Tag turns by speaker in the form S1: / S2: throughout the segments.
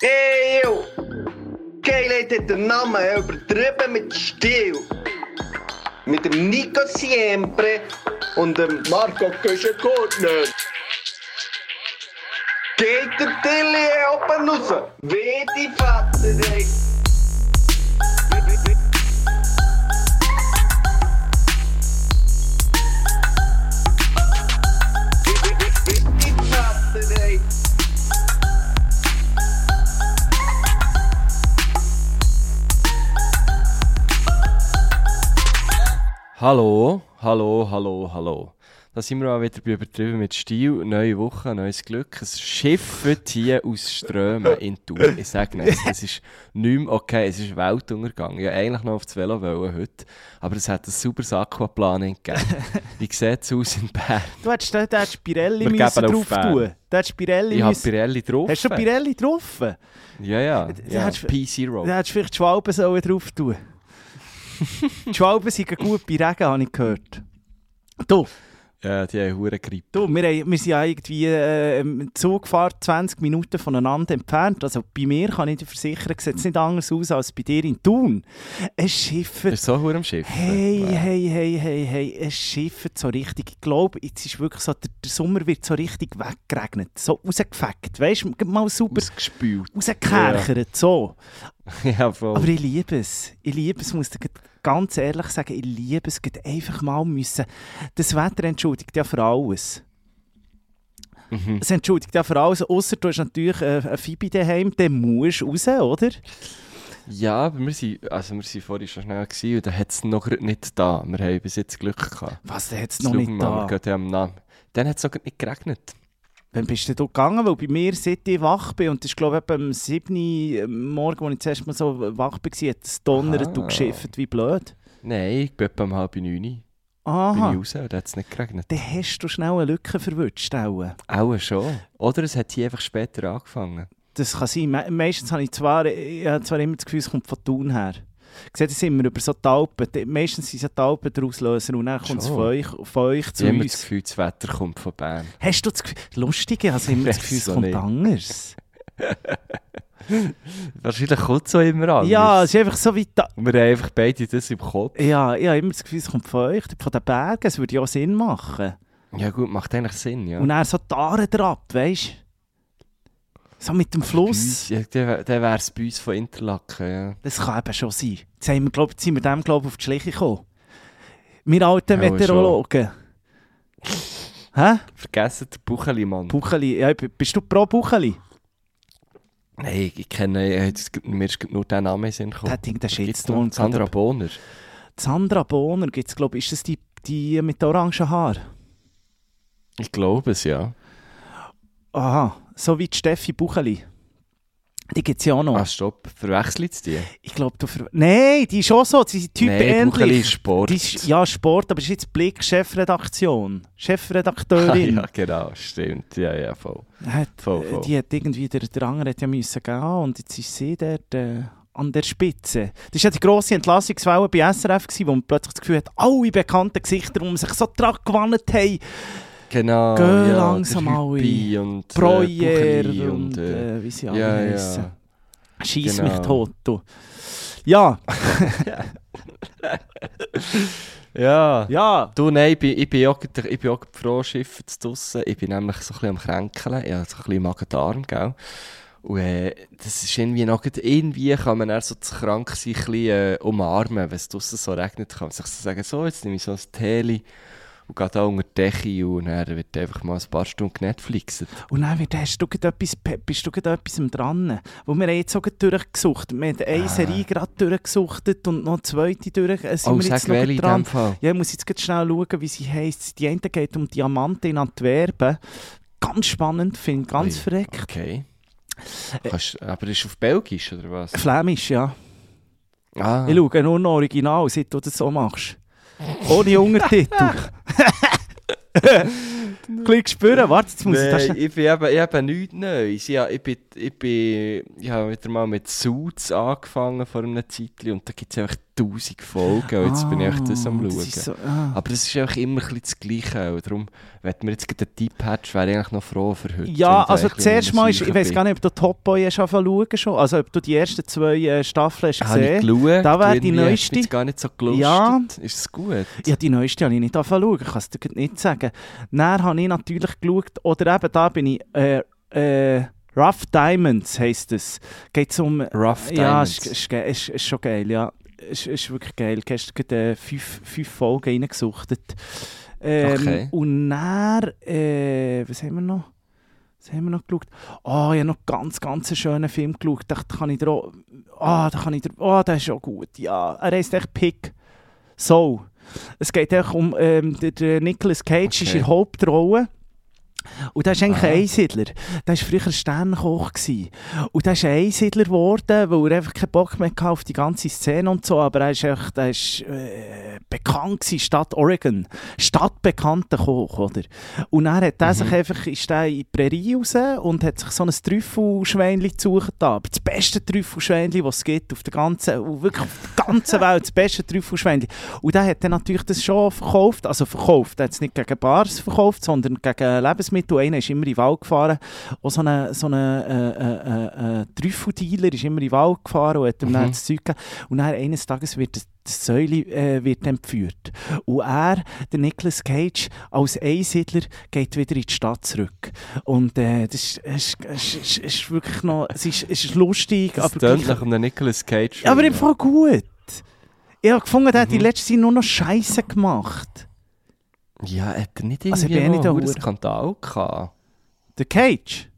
S1: Ew! Gaylord hat den Namen übertrieben mit Stil. Mit dem Nico Siempre und dem Marco Köschen-Gurtner. Geht der Tilly oben raus? Wie die Vater, ey. Wie die Vater, ey.
S2: Hallo, hallo, hallo, hallo. Da sind wir auch wieder bei übertrieben mit Stil. Neue Woche, neues Glück. Es schifft hier aus Strömen in die Tour. Ich sage nicht, es ist nicht mehr okay. Es ist Weltuntergang. Ich wollte eigentlich noch auf das Velo wollen heute, aber es hat ein super Aquaplaning gegeben. Wie sieht es aus in Bern?
S3: Du hättest da da hättest Pirelli
S2: Wir geben
S3: müssen
S2: auf
S3: drauf
S2: Bern.
S3: tun. Du hättest Pirelli
S2: Ich habe
S3: müssen...
S2: Pirelli drauf.
S3: Hast du schon Pirelli getroffen?
S2: Ja, ja. ja.
S3: hast- Dann
S2: P-Zero.
S3: hättest du vielleicht die Schwalben sollen drauf tun Die Schwalben sind gut bei Regen, habe ich gehört. Du,
S2: Ja, die haben hure Grippe.
S3: du wir, haben, wir sind ja irgendwie äh, im Zugfahrt 20 Minuten voneinander entfernt. Also bei mir kann ich dir versichern, sieht es nicht anders aus als bei dir in Thun. Es schifft
S2: Das ist so hure am Schiff.
S3: Hey,
S2: äh.
S3: hey, hey, hey, hey, es schifft so richtig. Ich glaube, jetzt ist wirklich so, der, der Sommer wird so richtig weggeregnet, so rausgefegt. Weißt du, mal super
S2: Ausgespült.
S3: rausgekerchert, so.
S2: Ja, voll.
S3: Aber ich liebe es. Ich liebe es, muss ich dir ganz ehrlich sagen, ich liebe es. Geht einfach mal müssen. Das Wetter entschuldigt ja für alles.
S2: Mhm.
S3: Es entschuldigt ja für alles, außer du hast natürlich äh, ein Fibi daheim, dann musst du raus, oder?
S2: Ja, aber wir sind, also wir sind vorhin schon schnell gewesen und da hat es noch grad nicht da. Wir haben bis jetzt Glück gehabt.
S3: Was, dann hat es
S2: Jetzt
S3: noch
S2: schauen
S3: nicht
S2: wir mal,
S3: da.
S2: wir gehen dann am Namen. Dann hat es auch grad nicht geregnet.
S3: Wann bist denn du gegangen? Weil bei mir, seit ich wach bin, und das ist glaube ich etwa am 7. Uhr morgen, als ich zuerst mal so wach war, hat es donnert
S2: Ah.
S3: und geschifft wie blöd.
S2: Nein, ich bin etwa um halb neun. Bin ich
S3: Aha,
S2: raus und da hat es nicht geregnet.
S3: dann hast du schnell eine Lücke verwünscht. Auch.
S2: Auch schon. Oder es hat hier einfach später angefangen.
S3: Das kann sein. Me meistens habe ich zwar, ich habe zwar immer das Gefühl, es kommt von Thun her. Sieht das immer über so die Alpen. Die- Meistens sind es ja die Alpen der Auslöser und dann kommt es
S2: Schon.
S3: von euch, von euch
S2: Ich
S3: zu
S2: habe immer das
S3: uns.
S2: Gefühl, das Wetter kommt von Bern.
S3: Hast du das Gefühl? Lustig, ich habe immer das
S2: Weiss
S3: Gefühl, es
S2: auch
S3: kommt
S2: nicht.
S3: anders.
S2: Wahrscheinlich kommt es auch immer an.
S3: Ja, es ist einfach so wie da
S2: Und wir haben einfach beide das im Kopf.
S3: Ja, ich habe immer das Gefühl, es kommt von euch, von den Bergen. Es würde ja auch Sinn machen.
S2: Ja gut, macht eigentlich Sinn, ja.
S3: Und dann so die Aare drauf, weißt du? So mit dem
S2: Bei
S3: Fluss.
S2: uns- Ja, dann wäre es bei uns von Interlaken, ja.
S3: Das kann eben schon sein. Jetzt, haben wir, glaub, jetzt sind wir dem, glaube auf die Schliche gekommen. Wir alten
S2: Ja, aber
S3: Meteorologen. Hä?
S2: Vergessen den Bucheli-Mann.
S3: Bucheli. Ja, b- bist du pro Bucheli?
S2: Nein, ich- ich kenne, äh, jetzt grad- mir ist grad nur der Name in den Sinn gekommen.
S3: Der Ding, der
S2: Gibt's noch
S3: Shitstorm.
S2: Sandra Bohner.
S3: Sandra Bohner gibt es, glaube ich. Ist das die, die mit den orangen Haaren?
S2: Ich glaube es, ja.
S3: Aha, so wie die Steffi Bucheli. Die gibt es ja auch noch.
S2: Ah, stopp, verwechselst du die?
S3: Ich glaube, du ver Nein, die ist auch so, sie sind
S2: Nein, Bucheli ist
S3: typähnlich.
S2: Sport.
S3: Die ist, ja, Sport, aber ist jetzt Blick Chefredaktion.
S2: ah,
S3: Chefredakteurin.
S2: ja, genau, stimmt. Ja, ja, voll.
S3: Hat,
S2: Voll, voll.
S3: Die hat irgendwie, der, der andere hat ja müssen gehen und jetzt ist sie dort äh, an der Spitze. Das war ja die grosse Entlassungswelle bei SRF, gewesen, wo man plötzlich das Gefühl hat, alle bekannten Gesichter, die man sich so dran gewandt haben,
S2: Genau,
S3: Geh
S2: ja,
S3: langsam
S2: der
S3: alle.
S2: Hüppi und äh,
S3: Breuer
S2: Bucheli
S3: und,
S2: äh,
S3: äh, wie sie alle
S2: ja,
S3: heissen.
S2: ja.
S3: Scheiss
S2: genau.
S3: mich tot, du. Ja,
S2: ja.
S3: ja.
S2: Du, nein, ich bin, ich bin auch, grad- ich bin auch grad froh, Schiffe zu draussen. Ich bin nämlich so ein bisschen am Kränkeln. Ich habe so ein bisschen Magen-Darm, gell? Und äh, das ist irgendwie noch, grad- irgendwie kann man dann so zu krank sein, ein bisschen äh, umarmen, wenn es draussen so regnet. Kann man sich so sagen, so, jetzt nehme ich so ein Teli und gehe da unter die Decke und dann wird einfach mal ein paar Stunden Netflixen.
S3: Und dann wird, hast du gerade etwas, bist du gerade etwas am dran. Wo wir haben jetzt auch gerade durchgesucht. Wir haben
S2: Äh.
S3: eine Serie gerade durchgesuchtet und noch eine zweite durch. Äh, Sind
S2: Oh,
S3: wir
S2: sag
S3: jetzt noch
S2: welche
S3: gerade
S2: in
S3: dran?
S2: dem Fall.
S3: Ja, ich muss jetzt gerade schnell schauen, wie sie heisst. Die eine geht um Diamanten in Antwerpen. Ganz spannend, finde ich. Ganz
S2: Ui,
S3: verreckt.
S2: Okay. Kannst, aber ist auf Belgisch, oder was?
S3: Flämisch, ja. Äh,
S2: Ah,
S3: Ich schaue nur noch original, seit du das so machst. Ohne Untertitel. Ein bisschen spüren, warte, jetzt muss ich das
S2: Nein, ich bin eben, ich eben nichts Neues. Ich, ha- ich, bin, ich, bin, ich habe wieder mal mit Suits angefangen vor einer Zeit und da gibt es einfach tausend Folgen und jetzt bin ich echt das am
S3: Ah,
S2: Schauen.
S3: ist so- ah.
S2: Aber es ist einfach immer ein bisschen das Gleiche. Und darum, wenn du mir jetzt gerade einen Tipp hättest, wäre ich eigentlich noch froh für heute.
S3: Ja, also zuerst mal, ist, ich weiß gar nicht, ob du Top Boy hast angefangen zu schauen schon. Also ob du die ersten zwei äh, Staffeln hast
S2: Habe ich
S3: gesehen.
S2: geschaut,
S3: Da wäre die
S2: irgendwie hast
S3: neueste.
S2: du mich jetzt gar nicht so gelustet.
S3: Ja.
S2: Ist es gut?
S3: Ja, die neueste habe ich nicht angefangen zu schauen, ich kann es dir gerade nicht sagen. Dann habe ich natürlich geschaut, oder eben da bin ich, äh, äh, Rough Diamonds heisst es. Geht um...
S2: Rough
S3: Ja,
S2: Diamonds.
S3: ist, ist, ge- ist, ist schon geil, ja. Ist, ist wirklich geil. Gestern gerade äh, fünf, fünf Folgen reingesuchtet. Ähm,
S2: Okay.
S3: Und dann, äh, was haben wir noch? Was haben wir noch geschaut? Oh, ich habe noch ganz, ganz einen schönen Film geschaut. Da kann ich dir auch, ah, da kann ich dir, oh, der ist schon gut. Ja, er heisst echt Pick. So. Es geht echt um, ähm, der, der Nicolas Cage ist
S2: Okay.
S3: in der Hauptrolle. Und der ist eigentlich ein
S2: Aha.
S3: Einsiedler. Der war früher ein Sternenkoch. Gewesen. Und der ist ein Einsiedler geworden, weil er einfach keinen Bock mehr hatte auf die ganze Szene und so. Aber er ist, echt, er ist äh, bekannt gewesen, Stadt Oregon. Stadtbekannter Koch, oder? Und dann hat er sich einfach, ist der in die Prärie raus und hat sich so ein Trüffelschweinchen gesucht. da. Aber das beste Trüffelschweinchen, das es gibt auf der ganzen, und wirklich auf der ganzen Welt, das beste Trüffelschweinchen. Und der hat dann natürlich das schon verkauft, also verkauft, er hat es nicht gegen Bars verkauft, sondern gegen Lebensmittel. Einer ist immer in den Wald gefahren und so ein so eine, äh, äh, äh, äh, Trüffeldealer ist immer in den Wald gefahren und hat ihm dann
S2: Mhm.
S3: das Zeug gegeben. Und dann eines Tages wird das das Säule äh, wird dann geführt. Und er, der Nicolas Cage, als Einsiedler, geht wieder in die Stadt zurück. Und äh, das ist, es ist, es ist, es ist wirklich noch, es ist, es ist lustig,
S2: Das
S3: aber
S2: tönt
S3: gleich-
S2: nach einem Nicolas Cage.
S3: aber im
S2: Film.
S3: Fall gut. Ich habe gefunden, der hat
S2: Mhm.
S3: die letzte Zeit nur noch Scheiße gemacht.
S2: Ja, hat er nicht
S3: Also, ich
S2: irgendwie
S3: bin ja nicht
S2: noch
S3: der
S2: einen
S3: Hure-
S2: Skandal gehabt?
S3: Der Cage.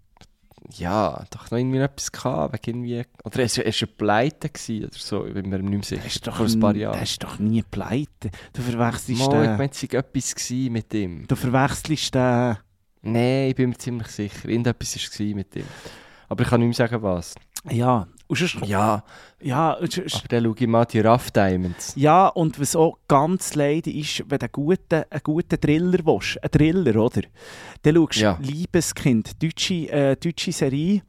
S2: Ja, doch noch irgendwie etwas gehabt, wegen irgendwie... Oder es war schon pleite gewesen oder so, ich bin mir nicht mehr
S3: Der
S2: sicher.
S3: ist doch,
S2: Vor ein paar
S3: n-
S2: Jahren.
S3: Hm, Der ist doch nie pleite. Du verwechselst
S2: Mal, ich
S3: den.
S2: meine, es war etwas gewesen mit ihm.
S3: Du verwechselst den.
S2: Nein, ich bin mir ziemlich sicher, irgendetwas war gewesen mit ihm. Aber ich kann nicht mehr sagen, was.
S3: Ja. Und sonst,
S2: Ja,
S3: ja, und sonst,
S2: aber dann schaue ich mal die Rough Diamonds.
S3: Ja, und was auch ganz leid ist, wenn du einen guten, einen guten Thriller willst, einen Thriller, oder? Dann schaust du
S2: Ja.
S3: Liebeskind, deutsche, äh, deutsche Serie,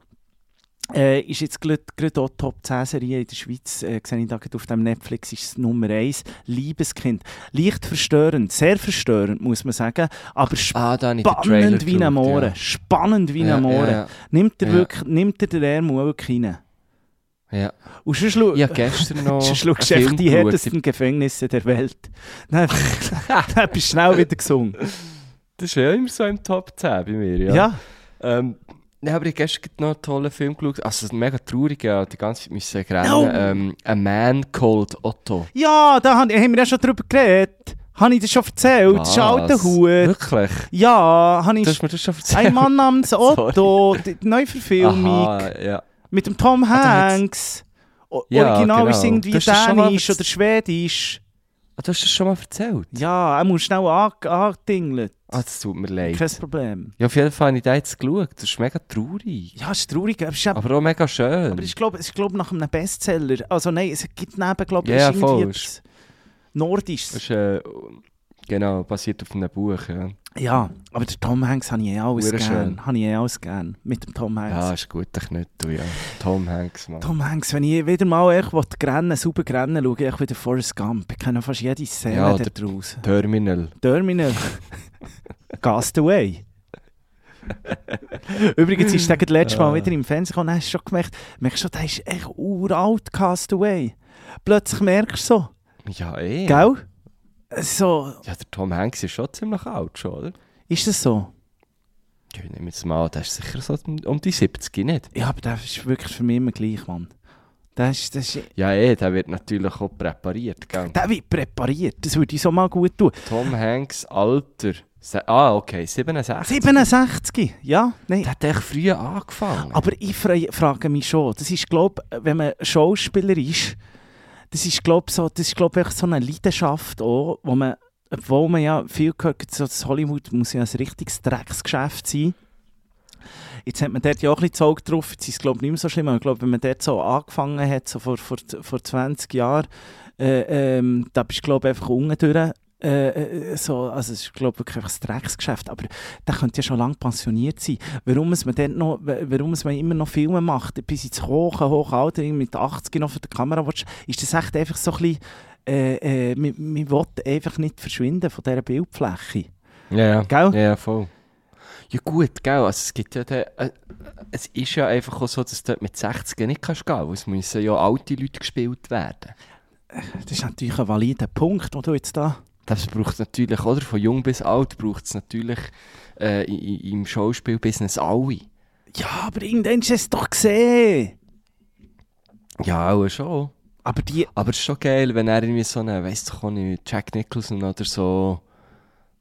S3: äh, ist jetzt gerade gerade auch Top 10 Serie in der Schweiz, äh, sehe ich da gerade auf dem Netflix, ist es Nummer 1, Liebeskind. Leicht verstörend, sehr verstörend, muss man sagen, aber
S2: Ah, da habe ich den Trailer
S3: spannend wie ein
S2: geschaut,
S3: Mohren,
S2: ja.
S3: spannend wie
S2: Ja,
S3: ein Mohren.
S2: ja,
S3: Nimmt dir
S2: Ja.
S3: wirklich, nimmt dir den Ärmel wirklich rein.
S2: Ja, ja.
S3: Und sonst schau-
S2: Ich habe gestern noch
S3: Sonst
S2: einen
S3: schaust du einfach
S2: Film
S3: die
S2: geschaut.
S3: härtesten Gefängnisse der Welt. Dann, dann bist du schnell wieder gesungen.
S2: Das ist ja immer so im Top 10 bei mir,
S3: Ja.
S2: Ähm, Nein, aber ich habe gestern noch einen tollen Film geschaut. Also, es ist mega traurig, ja. Die ganze Zeit müssen rennen.
S3: No.
S2: Ähm, A Man Called Otto.
S3: Ja, da han- haben wir ja schon drüber geredet. Habe ich dir schon erzählt? Das ist ein alter
S2: Was?
S3: Hut.
S2: Wirklich?
S3: Ja, habe
S2: Du
S3: ich.
S2: hast mir das schon erzählt.
S3: Ein Mann namens Otto, die die Neuverfilmung.
S2: Aha, ja.
S3: Mit dem Tom
S2: da hat's-
S3: Hanks. O
S2: Ja,
S3: Original
S2: genau.
S3: ist irgendwie
S2: Das ist schon mal
S3: dänisch
S2: mit-
S3: oder schwedisch.
S2: Ah, du hast das schon mal erzählt?
S3: Ja, er muss schnell an- angedingelt.
S2: Ah, das tut mir leid.
S3: Kein Problem.
S2: Ja, auf jeden Fall habe ich da jetzt geschaut. Das ist mega traurig.
S3: Ja, ist traurig, aber es ist eben
S2: Aber auch mega schön.
S3: Aber ich glaube, ich glaube nach einem Bestseller. Also nein, es gibt neben, glaube ich,
S2: Ja,
S3: ist irgendwie
S2: voll.
S3: etwas Nordisches.
S2: das ist, äh, genau, basiert auf einem Buch. Ja,
S3: Ja, aber der Tom Hanks habe ich eh alles
S2: Hure
S3: gern.
S2: schön.
S3: Habe ich eh alles gern. Mit dem Tom Hanks.
S2: ja ist gut, ich nicht, du, ja. Tom Hanks, Mann.
S3: Tom Hanks, wenn ich wieder mal echt will, rennen, sauber rennen, schaue ich wieder Forrest Gump. Ich kenne fast jede Szene
S2: Ja,
S3: ja,
S2: oder-
S3: daraus.
S2: Terminal.
S3: Terminal. Castaway. Übrigens ist der gerade letztes Mal
S2: Ah.
S3: wieder im Fernsehen gekommen, hast du schon gemerkt, merkst du, der ist echt uralt Castaway. Plötzlich merkst du so,
S2: Ja, eh.
S3: gell? So,
S2: Ja, der Tom Hanks ist schon ziemlich alt, schon, oder?
S3: Ist das so?
S2: Ja, ich nehme jetzt mal an, der ist sicher so um die 70, nicht?
S3: Ja, aber das ist wirklich für mich immer gleich, Mann. Das ist, das ist,
S2: Ja, eh, der wird natürlich auch präpariert, gell?
S3: der wird präpariert. Das würde ich so mal gut tun.
S2: Tom Hanks, Alter. Se ah, okay, 67.
S3: 67, ja? Nein.
S2: Der hat echt früh angefangen.
S3: Aber ich frei- frage mich schon, das ist, glaube wenn man Schauspieler ist, das ist, glaube so, das ist, glaub, echt so eine Leidenschaft auch, wo man, obwohl man ja viel gehört, so das Hollywood muss ja ein richtiges Drecksgeschäft sein. Jetzt hat man dort ja auch ein bisschen das Auge drauf, jetzt ist es glaube ich nicht mehr so schlimm, aber ich glaube, wenn man dort so angefangen hat, so vor, vor, vor 20 Jahren, äh, ähm, da bist du glaube ich einfach unten durch, Äh, äh, so, also es ist, glaube ich, wirklich einfach ein Drecksgeschäft, aber der könnte ja schon lange pensioniert sein. Warum es man, dort noch, wa- warum es man immer noch Filme macht, bis ins hohe, hohe Alter, irgendwie mit 80 noch vor der Kamera willst, ist das echt einfach so ein bisschen, äh, äh, man, man will einfach nicht verschwinden von dieser Bildfläche.
S2: Ja, ja.
S3: Gell?
S2: Ja, ja, voll. Ja gut, gell, also es gibt ja den, äh, es ist ja einfach auch so, dass du dort mit 60 nicht kannst gehen, es müssen ja alte Leute gespielt werden.
S3: Das ist natürlich ein valider Punkt, den du jetzt da...
S2: Das braucht natürlich, oder, von jung bis alt braucht es natürlich äh, i- i- im Schauspielbusiness alle.
S3: Ja, aber irgendwann hast du es doch gesehen.
S2: Ja, auch schon.
S3: Aber die...
S2: Aber es ist schon geil, wenn er irgendwie so einen, weiss doch auch nicht, Jack Nicholson oder so,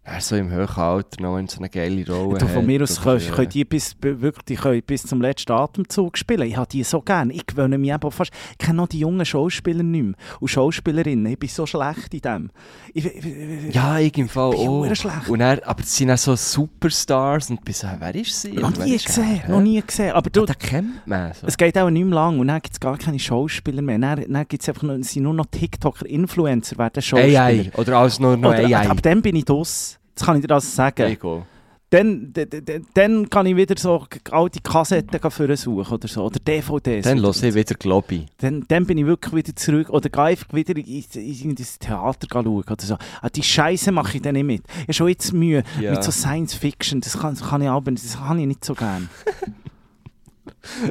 S2: er so im höheren Alter noch in so eine geile Rolle
S3: Du, von
S2: hat
S3: mir aus
S2: oder,
S3: können,
S2: äh,
S3: können die bis, b- wirklich, die können bis zum letzten Atemzug spielen. Ich habe die so gerne. Ich gewöhne mich eben fast... Ich kenne noch die jungen Schauspieler nicht mehr. Und Schauspielerinnen. Ich bin so schlecht in dem. Ich, ich, ich,
S2: Ja, ich im Fall
S3: bin
S2: auch.
S3: verdammt schlecht.
S2: Und er, aber es sind auch so Superstars und bis so, wer ist sie?
S3: noch
S2: Oder wer
S3: nie
S2: ist
S3: gesehen.
S2: er?
S3: Noch nie gesehen. Aber du...
S2: Den kennt man. So.
S3: Es geht auch nicht mehr lang und dann gibt es gar keine Schauspieler mehr. Dann, dann gibt's einfach nur, sind nur noch TikToker-Influencer, werden Schauspieler.
S2: AI. Oder alles nur noch
S3: Oder,
S2: AI.
S3: Ab dem bin ich draus. Das kann ich dir also sagen.
S2: Ego.
S3: dann, d- d- d- dann kann ich wieder so g- alte Kassetten gehen für suchen oder so. Oder DVDs.
S2: Dann höre ich wieder Globby.
S3: dann, dann bin ich wirklich wieder zurück. Oder gehe einfach wieder in, in irgendein Theater schauen oder so. Ah, die Scheiße mache ich dann nicht mit. Ich habe schon jetzt Mühe
S2: Ja.
S3: mit so Science Fiction. Das kann, das kann ich aber das kann ich nicht so gerne.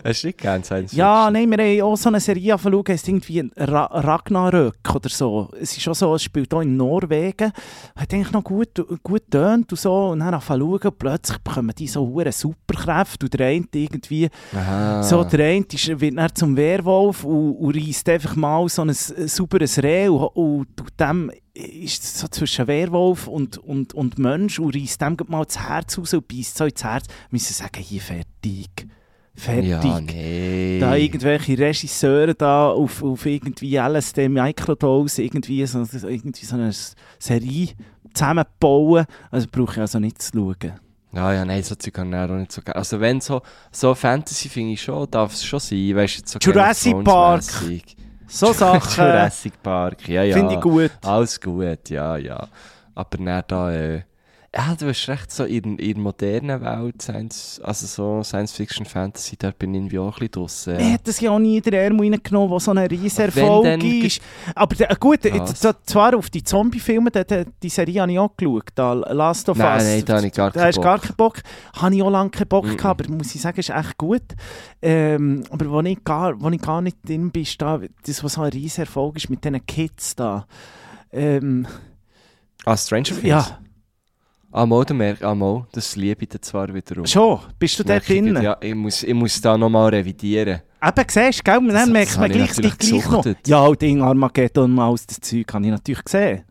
S2: Hast du nicht gern Science
S3: ja, nein, wir haben auch so eine Serie angeschaut, heisst irgendwie Ra Ragnarök oder so. Es ist auch so, es spielt auch in Norwegen. Hat eigentlich noch gut, gut tönt und so. Und dann angefangen zu schauen, plötzlich bekommen die so hohe Superkräfte und der eine irgendwie
S2: Fiction. Aha.
S3: So, der eine ist, wird dann zum Werwolf und, und reisst einfach mal so ein äh, sauberes Reh und, und, tut dem ist es so zwischen Werwolf und, und, und Mensch und reisst dem gerade mal das Herz raus und beißt so ins Herz. Wir müssen sagen, hier fertig. Fertig.
S2: ja, nee.
S3: Da irgendwelche Regisseure da auf, auf irgendwie LSD Microdose irgendwie so, so- irgendwie so eine S- Serie zusammenbauen. Also brauche ich also nicht zu schauen.
S2: Ja, ja, nein, so Zeug habe ich auch nicht so gerne. Also wenn so, so Fantasy finde ich schon, darf es schon sein. Weißt, du, so Game of
S3: Jurassic
S2: Thrones
S3: Park.
S2: mässig.
S3: So Sachen
S2: Jurassic Park, ja, ja.
S3: finde ich gut.
S2: Alles gut, ja, ja. Aber nicht da, äh, ja, du hast recht, so in, in der modernen Welt, Science, also so Science-Fiction-Fantasy, da bin ich irgendwie auch ein bisschen draussen.
S3: Mir
S2: Ja.
S3: hat das ja auch nie in den Ärmel reingenommen, der so ein
S2: Wenn dann
S3: Riesenerfolg
S2: ge-
S3: ist. Aber der, gut,
S2: Was?
S3: jetzt, so- zwar auf die Zombie-Filme, die, die, die Serie habe ich auch geschaut, da Last of
S2: Nein,
S3: Us.
S2: nein, da habe ich gar
S3: Da
S2: keinen
S3: hast du
S2: Bock.
S3: gar keinen Bock. Habe ich auch lange keinen Bock
S2: Mhm.
S3: gehabt, aber muss ich sagen, ist echt gut. Ähm, aber wo ich, gar, wo ich gar nicht drin bin, ist da, das, was so ein Riesenerfolg ist mit diesen Kids da. Ähm,
S2: Ah, Stranger Things?
S3: ja,
S2: Ah, mal, du merkst, ah, mal, das liebe ich dann zwar wiederum.
S3: schon. Bist du dort
S2: Merke ich
S3: drin?
S2: gerade, Ja, ich muss, ich muss da nochmal revidieren.
S3: Eben, siehst du, gell? Dann
S2: Das-
S3: merkt
S2: das
S3: man
S2: habe ich
S3: gleich, gleich,
S2: natürlich
S3: gleich noch.
S2: gesuchtet.
S3: Ja, und Ding, Armageddon und alles das Zeug habe ich natürlich gesehen.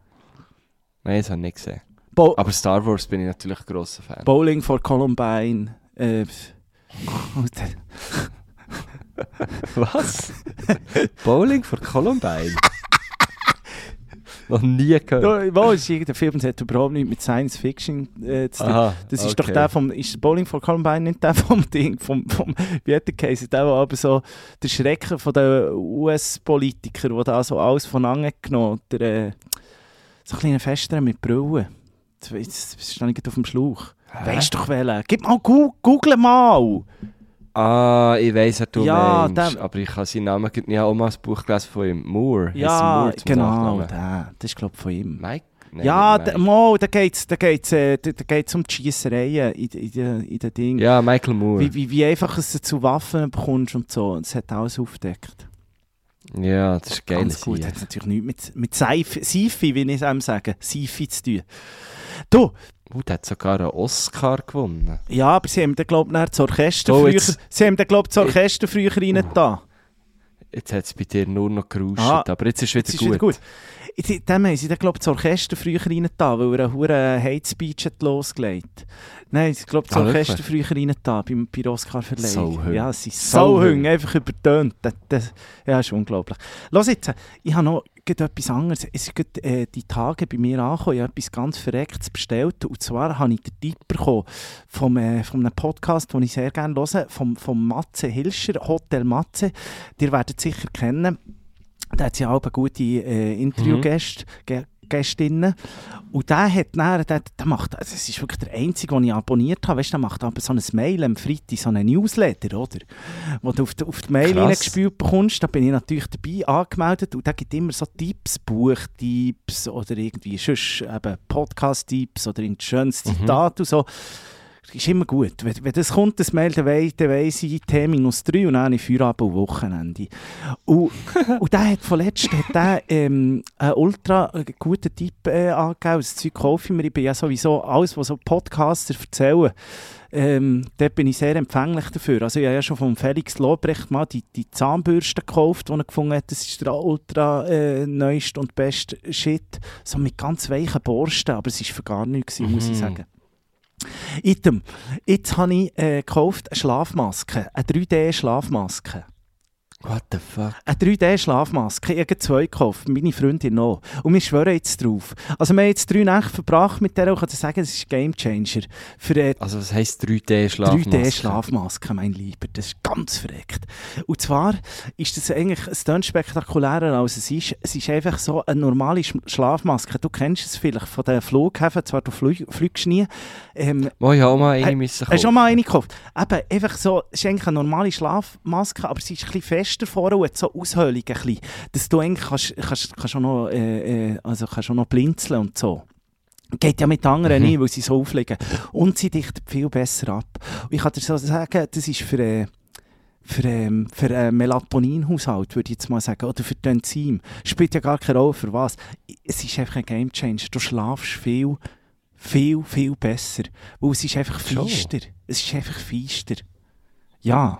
S2: Nein, das habe ich nicht gesehen.
S3: Bo
S2: Aber Star Wars bin ich natürlich ein grosser Fan.
S3: Bowling for Columbine. Äh,
S2: Was? Bowling for Columbine? Noch nie gehört.
S3: da, wo ist irgendein Film, das hat überhaupt nichts mit Science Fiction äh, zu tun.
S2: Aha,
S3: Das ist
S2: okay.
S3: doch der vom, ist Bowling for Columbine nicht der vom Ding, vom, vom wie hat der Case, der, der aber so der Schrecken von den US-Politikern, die da so alles von angenommen hat, der, äh, so ein kleiner Fester mit Brille. Jetzt, jetzt, jetzt stehe ich gerade auf dem Schlauch.
S2: Hä?
S3: Weißt doch welchen? Gib mal, gu- google mal!
S2: Ah, ich weiss, wer du
S3: Ja,
S2: meinst,
S3: der-
S2: aber ich habe seinen Namen gerade nicht. Ich habe auch mal ein Buch gelesen von ihm. Moore. heisst
S3: Ja,
S2: Moore zum
S3: genau,
S2: Nachnamen.
S3: der. Das ist, glaube ich, von ihm.
S2: Mike? Nein,
S3: ja,
S2: nicht
S3: da,
S2: Mike.
S3: mal, da geht es da geht's, äh, da, da geht's um die Schiessereien in, in, in, in den Dingen.
S2: ja, Michael Moore.
S3: Wie, wie, wie einfach es du zu Waffen bekommst und so. Das hat alles aufgedeckt.
S2: Ja, das ist geil.
S3: Ganz gut. Hat natürlich nichts mit, mit Seife, Seife, wie ich es einem sage, Seife zu tun. Du,
S2: Uh, der hat sogar einen Oscar gewonnen.
S3: ja, aber sie haben dann, glaube ich, das Orchester
S2: Oh,
S3: früher...
S2: jetzt- Oh.
S3: Sie haben dann, glaube ich, das Orchester früher reingetan.
S2: Jetzt hat es bei dir nur noch gerauscht,
S3: Ah,
S2: aber jetzt ist es wieder,
S3: Das ist
S2: gut.
S3: wieder gut. In dem haben sie dann, glaube ich, das Orchester früher reingetan, weil er einen huren Hate Speech hat losgelegt. Nein, ich glaube, das
S2: Ah,
S3: Orchester früher reingetan, beim bei der Oscar-Verleihung.
S2: Sauhüng.
S3: Ja, sie ist
S2: Sauhüng.
S3: Sauhüng, einfach übertönt. Das, das, ja, ist unglaublich. Los jetzt, äh, ich habe noch gerade etwas anderes. Es ist gerade, äh, die Tage bei mir angekommen, ich habe etwas ganz Verrecktes bestellt. Und zwar habe ich den Tipp bekommen von äh, von einem Podcast, den ich sehr gerne höre, vom, vom Matze Hilscher, Hotel Matze. Ihr werdet sicher kennen. Da hat sie auch gute äh, Interviewgäste. Ge- Gästinnen. Und der hat dann, der, der macht, also das ist wirklich der einzige, den ich abonniert habe, weißt, der macht aber so ein Mail am Freitag, so einen Newsletter, oder? Wo du auf die, auf die Mail
S2: Krass.
S3: reingespielt bekommst, da bin ich natürlich dabei angemeldet und der gibt immer so Tipps, Buchtipps oder irgendwie sonst eben Podcast-Tipps oder ein schönes Zitat und so. Das ist immer gut. Wenn, wenn das kommt, das Mail, dann weiss, dann weiss ich T-3 und dann habe ich Feierabend und Wochenende. Und, und der hat vorletzt hat der, ähm, einen ultra guten Tipp äh, angegeben. Das Zeug kaufe ich mir. Ich bin ja sowieso alles, was so Podcaster erzählen. Ähm, dort bin ich sehr empfänglich dafür. Also ich habe ja schon von Felix Lobrecht mal die, die Zahnbürste gekauft, die er gefunden hat. Das ist der ultra äh, neueste und beste Shit. So mit ganz weichen Borsten, aber es war für gar nichts, gewesen, muss ich sagen. Item. Jetzt habe ich äh, gekauft eine Schlafmaske, eine 3D-Schlafmaske.
S2: What the fuck?
S3: Eine 3D-Schlafmaske. Ich habe gerade zwei gekauft, meine Freundin noch. Und wir schwören jetzt drauf. Also wir haben jetzt drei Nächte verbracht mit der und ich kann dir sagen, es ist Game Changer. Für äh,
S2: Also was heisst 3D-Schlafmaske?
S3: 3D-Schlafmaske, mein Lieber. Das ist ganz verreckt. Und zwar ist das eigentlich, es klingt spektakulärer als es ist. Es ist einfach so eine normale Sch- Schlafmaske. Du kennst es vielleicht von den Flughäfen, zwar du flieg, fliegst nie. Ähm,
S2: Wo ich auch mal eine
S3: Hey,
S2: müssen
S3: Hast du schon
S2: kaufen.
S3: mal eine gekauft? Eben, einfach so, es ist eigentlich eine normale Schlafmaske, aber sie ist ein bisschen fester vorne und hat so Aushöhlungen, ein bisschen, dass du eigentlich kannst, kannst, kannst auch noch, äh, äh, also kannst auch noch blinzeln und so. Geht ja mit anderen
S2: Mhm.
S3: nicht, weil sie so aufliegen. Und sie dichtet viel besser ab. Und ich kann dir so sagen, das ist für... Äh, für, ähm, für einen Melatoninhaushalt, würde ich jetzt mal sagen, oder für die Enzyme. Spielt ja gar keine Rolle, für was. Es ist einfach ein Game Changer. Du schlafst viel, viel, viel besser. Weil es ist einfach
S2: Schon?
S3: feister. Es ist einfach feister. Ja,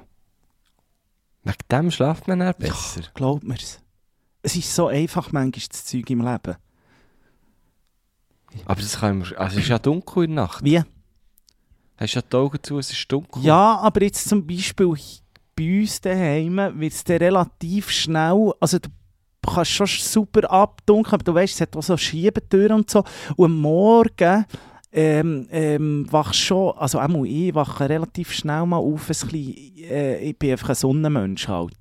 S2: Wegen dem schlaft man dann besser.
S3: glaub mir's. Es ist so einfach manchmal das Zeug im Leben.
S2: Aber das kann man, also es ist ja dunkel in der Nacht.
S3: Wie?
S2: Hast du ja die Augen zu, es ist dunkel.
S3: Ja, aber jetzt zum Beispiel bei uns daheim wird es dann relativ schnell, also du kannst schon super abdunkeln, aber du weißt, es hat auch so Schiebetüren und so. Und am Morgen ähm, ähm, wachst schon, also auch ich wache relativ schnell mal auf, ein bisschen, äh, ich bin einfach ein Sonnenmensch halt.